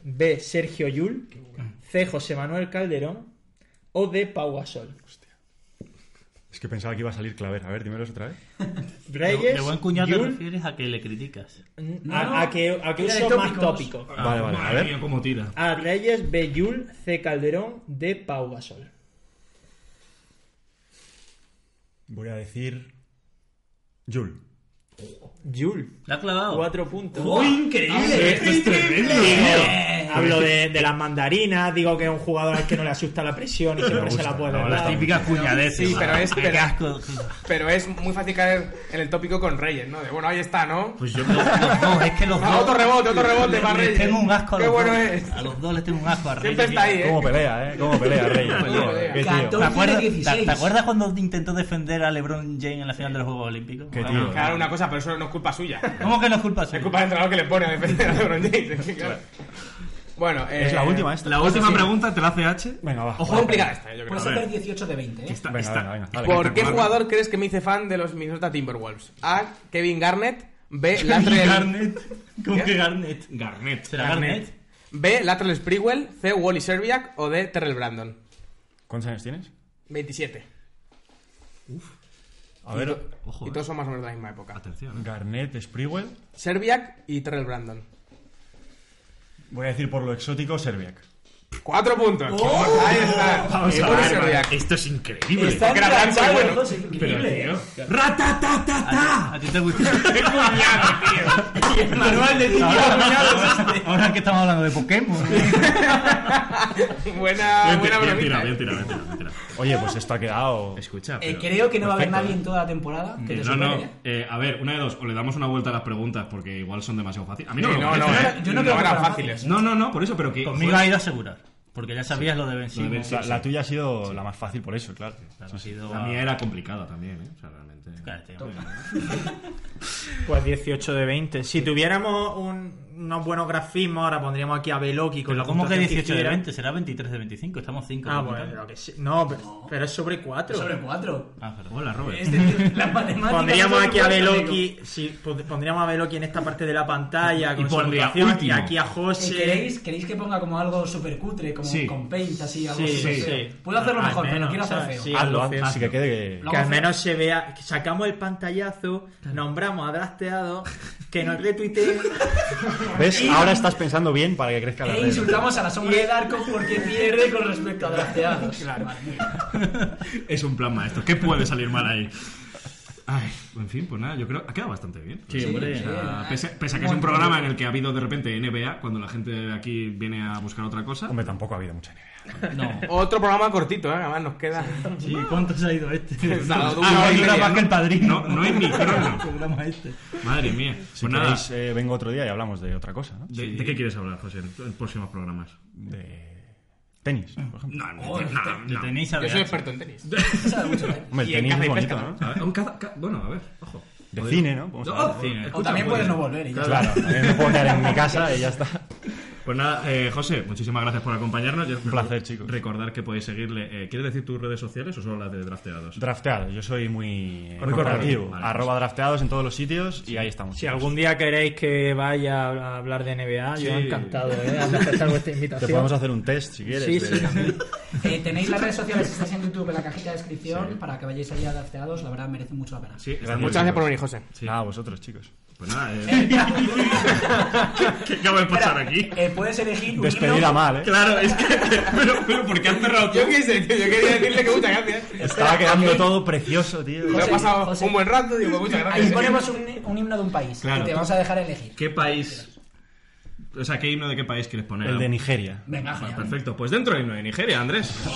C: B. Sergio Yul. C. José Manuel Calderón. O D. Pau Gasol.
L: Es que pensaba que iba a salir claver. A ver, dímelos otra vez.
C: Reyes.
E: De buen cuñado te
C: Yul,
E: refieres a que le criticas.
C: a, a que, a que
D: Era de
C: uso más
D: tópicos.
C: tópico.
L: Vale, vale, a
A: Madre
L: ver.
A: mía, cómo tira.
C: A Reyes, B. Yul, C. Calderón, D. Pau Gasol.
L: Voy a decir. Jul.
C: Yul,
E: La ha clavado.
C: cuatro puntos.
A: Increíble. Esto es tremendo.
C: Hablo de, de las mandarinas, digo que es un jugador al que no le asusta la presión y siempre se la puede
A: No,
C: dar.
A: las típicas cuñadeces.
B: Sí, pero es-
E: Qué
B: pero-
E: asco.
B: Pero es muy fácil caer en el tópico con Reyes, ¿no? De bueno, ahí está, ¿no?
E: Pues yo creo que los dos, es que los
B: Ah,
E: dos.
B: otro rebote, otro rebote
E: les-
B: para
E: les
B: Reyes.
E: Tengo un asco a
B: Qué
E: los
B: bueno
E: dos.
B: es.
E: A los dos les tengo un asco a Reyes.
B: Siempre está ahí, ¿eh?
L: ¿Cómo pelea, eh? ¿Cómo pelea, Reyes? Tío, qué tío.
E: ¿Te
D: Tiene
E: acuerdas, te-
D: 16.
E: te acuerdas cuando intentó defender a LeBron James en la final de los Juegos Olímpicos?
L: Qué
E: Bueno,
L: tío.
B: Claro, una cosa, pero eso no es culpa suya.
E: ¿Cómo que no es culpa
B: Es
E: suya?
B: culpa del entrenador que le pone a defender a LeBron James. claro. Bueno, eh,
L: Es la última esta.
A: La última pregunta te la hace H.
L: Venga, va.
B: Pues Ojo, complicada esta, yo creo.
D: Puedes hacer 18 de 20, ¿eh?
A: Está-
L: Venga,
A: está-
L: venga, venga. Dale,
B: ¿Por
L: que
B: qué
L: calcular.
B: jugador crees que me hice fan de los Minnesota Timberwolves? A. Kevin Garnett. B. Latrell,
E: Garnet. ¿Cómo
B: ¿Qué?
E: que Garnet?
A: Garnet.
E: ¿Será Garnet?
B: B. Latrell Sprewell. C. Wally Serviak. O D. Terrell Brandon.
L: ¿Cuántos años tienes?
B: 27.
L: A ver,
E: Ojo,
B: Y
E: eh.
B: todos son más o menos de la misma época.
A: Atención.
L: Garnet, Sprewell.
B: Serviak y Terrell Brandon.
L: Voy a decir por lo exótico, Serbiak.
B: ¡Cuatro puntos! Ahí está.
A: Oh. Vamos a
B: Wally
A: ver,
B: Serviak.
A: Esto es increíble.
B: Porque era blanco y bueno.
A: Pero, tío.
E: Ah, ¿A ti te gusta?
A: Manual de
E: ahora, ahora que estamos hablando de Pokémon.
B: Buena, Ah, buena
A: Bien
B: bromita.
A: tirado, bien tirado, bien
B: ¿eh?
A: tirado, bien tirado.
L: Oye, pues esto ha quedado.
A: Escucha,
D: Eh,
A: pero-
D: creo que no va a haber
L: perfecto,
D: nadie
L: ¿eh?
D: en toda la temporada que te
A: no,
D: supere,
A: no,
D: ¿eh?
A: eh, a ver, una de dos, o le damos una vuelta a las preguntas porque igual son demasiado fáciles. A mí no
B: Sí,
A: me
B: No, no,
A: parece,
B: eh.
D: Yo no creo que
B: eran
D: fueran
B: fáciles.
A: No, no, no, por eso, pero que.
E: Conmigo
B: pues.
A: joder,
E: ha ido a asegurar. Porque ya sabías lo de Ben
A: lo de
E: Simmons.
A: Ben
L: La,
A: Simmons,
L: la
A: sí.
L: tuya ha sido la más fácil por eso, claro.
E: Claro, ha sido
A: La
E: a-
A: mía era complicada también, ¿eh? O sea, realmente.
E: Cállate,
A: Bueno,
C: Pues 18 de 20. Si tuviéramos un- unos buenos grafismos, ahora pondríamos aquí a Beloki con
E: Pero
C: la
E: ¿cómo que
C: puntuación
E: 18 de
C: hiciera.
E: 20? Será 23 de 25, estamos 5.
C: Ah, bueno, lo que sí. No, pero, pero es sobre 4.
D: Sobre 4.
E: Ah, perdón.
A: Hola, Robert.
D: Es decir, las matemáticas.
C: Pondríamos
D: Ah, no
C: aquí a
D: son iguales,
C: Beloki, sí, pon- pondríamos a Beloki en esta parte de la pantalla con su
A: pondría
C: puntuación, y
A: último.
C: aquí a
D: amigo. Eh,
C: José.
D: ¿Queréis, ¿Queréis que ponga como algo súper cutre, como
A: Sí.
D: con paint, así? Algo
C: Sí,
D: súper
C: sí, sí.
D: feo? Puedo hacerlo
C: Al
D: mejor, pero
C: menos,
D: no quiero hacer
C: ¿sabes?
D: feo.
C: Sí,
L: Hazlo,
C: hazlo,
L: hazlo, así que quede.
D: Lo-
C: Que al menos se vea, que sacamos el pantallazo, nombramos a Drasteado, que nos retuiteen
L: ¿Ves? Ahora estás pensando bien para que crezca la
D: E
L: red.
D: insultamos a la sombra del arco porque pierde con respecto a Drasteados. Claro.
A: Es un plan maestro. ¿Qué puede salir mal ahí? Ay, en fin, pues nada, yo creo. Ha quedado bastante bien.
E: Sí, hombre.
A: O sea, pese, pese a que es un programa en el que ha habido de repente NBA, cuando la gente aquí viene a buscar otra cosa.
L: Hombre, tampoco ha habido mucha nieve.
E: No.
B: Otro programa cortito, ¿eh? Además nos queda...
E: Sí, ¿cuánto se ha ido este?
B: Nada,
E: Ah,
B: una hora y
E: dura
B: media,
E: más
B: ¿no?
E: que el padrino.
A: No, no hay micrófono.
E: Programa este.
A: Madre mía.
L: Si
A: Pues nada.
L: queréis, eh, vengo otro día y hablamos de otra cosa, ¿no?
A: ¿De, de qué quieres hablar, José, en en próximos programas?
L: De tenis, por ejemplo.
A: No, no, no,
E: Lo
A: no.
E: tenéis a
B: Yo
E: ver.
B: soy experto en tenis.
L: Hombre, el
B: Y en
L: tenis
B: caza
L: es
B: y
L: bonito,
B: pesca,
L: ¿no?
A: A ver, un caza- ca- bueno, a ver, ojo. Oh,
L: De cine, ¿no? Vamos a hablar de-
A: Cine.
D: O también puedes no volver y ya está.
L: Claro, también me puedo quedar en mi casa y ya está.
A: Pues nada, eh, José, muchísimas gracias por acompañarnos. Un
L: placer, chicos.
A: Recordar que podéis seguirle. eh, ¿Quieres decir tus redes sociales o solo las de Drafteados?
L: Drafteados, yo soy muy eh,
A: Muy
L: corporativo.
A: corporativo. Vale. pues
L: Arroba drafteados en todos los sitios y ahí estamos.
C: Si algún día queréis que vaya a hablar de NBA, yo
A: Sí.
C: encantado ¿eh? de
L: Te
C: aceptar vuestra
L: podemos
C: invitación.
L: hacer un test si quieres.
C: Sí,
L: de-
C: sí, también.
D: Eh, tenéis las redes sociales, estáis en YouTube, en la cajita de descripción, para que vayáis allí a Drasteados. La verdad, merece mucho la pena.
A: Sí, está muy
L: Gracias.
A: bien,
B: Muchas gracias por
A: chicos.
B: venir, José.
L: Nada, vosotros, chicos.
A: Pues nada, eh, ¿qué acaba de pasar aquí?
D: Eh, puedes elegir un
L: Despedida
D: himno-
L: mal, ¿eh?
A: Claro, es que. Pero, pero ¿por qué han cerrado
B: Yo qué sé, tío, yo quería decirle que muchas gracias.
L: Estaba quedando todo precioso, tío.
B: Me he
D: José,
B: pasado
D: José.
B: un buen rato, digo, muchas gracias.
D: Ahí ponemos un, un himno de un país
A: Claro.
D: y te vamos a dejar elegir.
A: ¿Qué país? O sea, ¿qué himno de qué país quieres poner?
L: El de Nigeria.
D: Venga, genial.
A: Perfecto, pues dentro del himno de Nigeria, Andrés.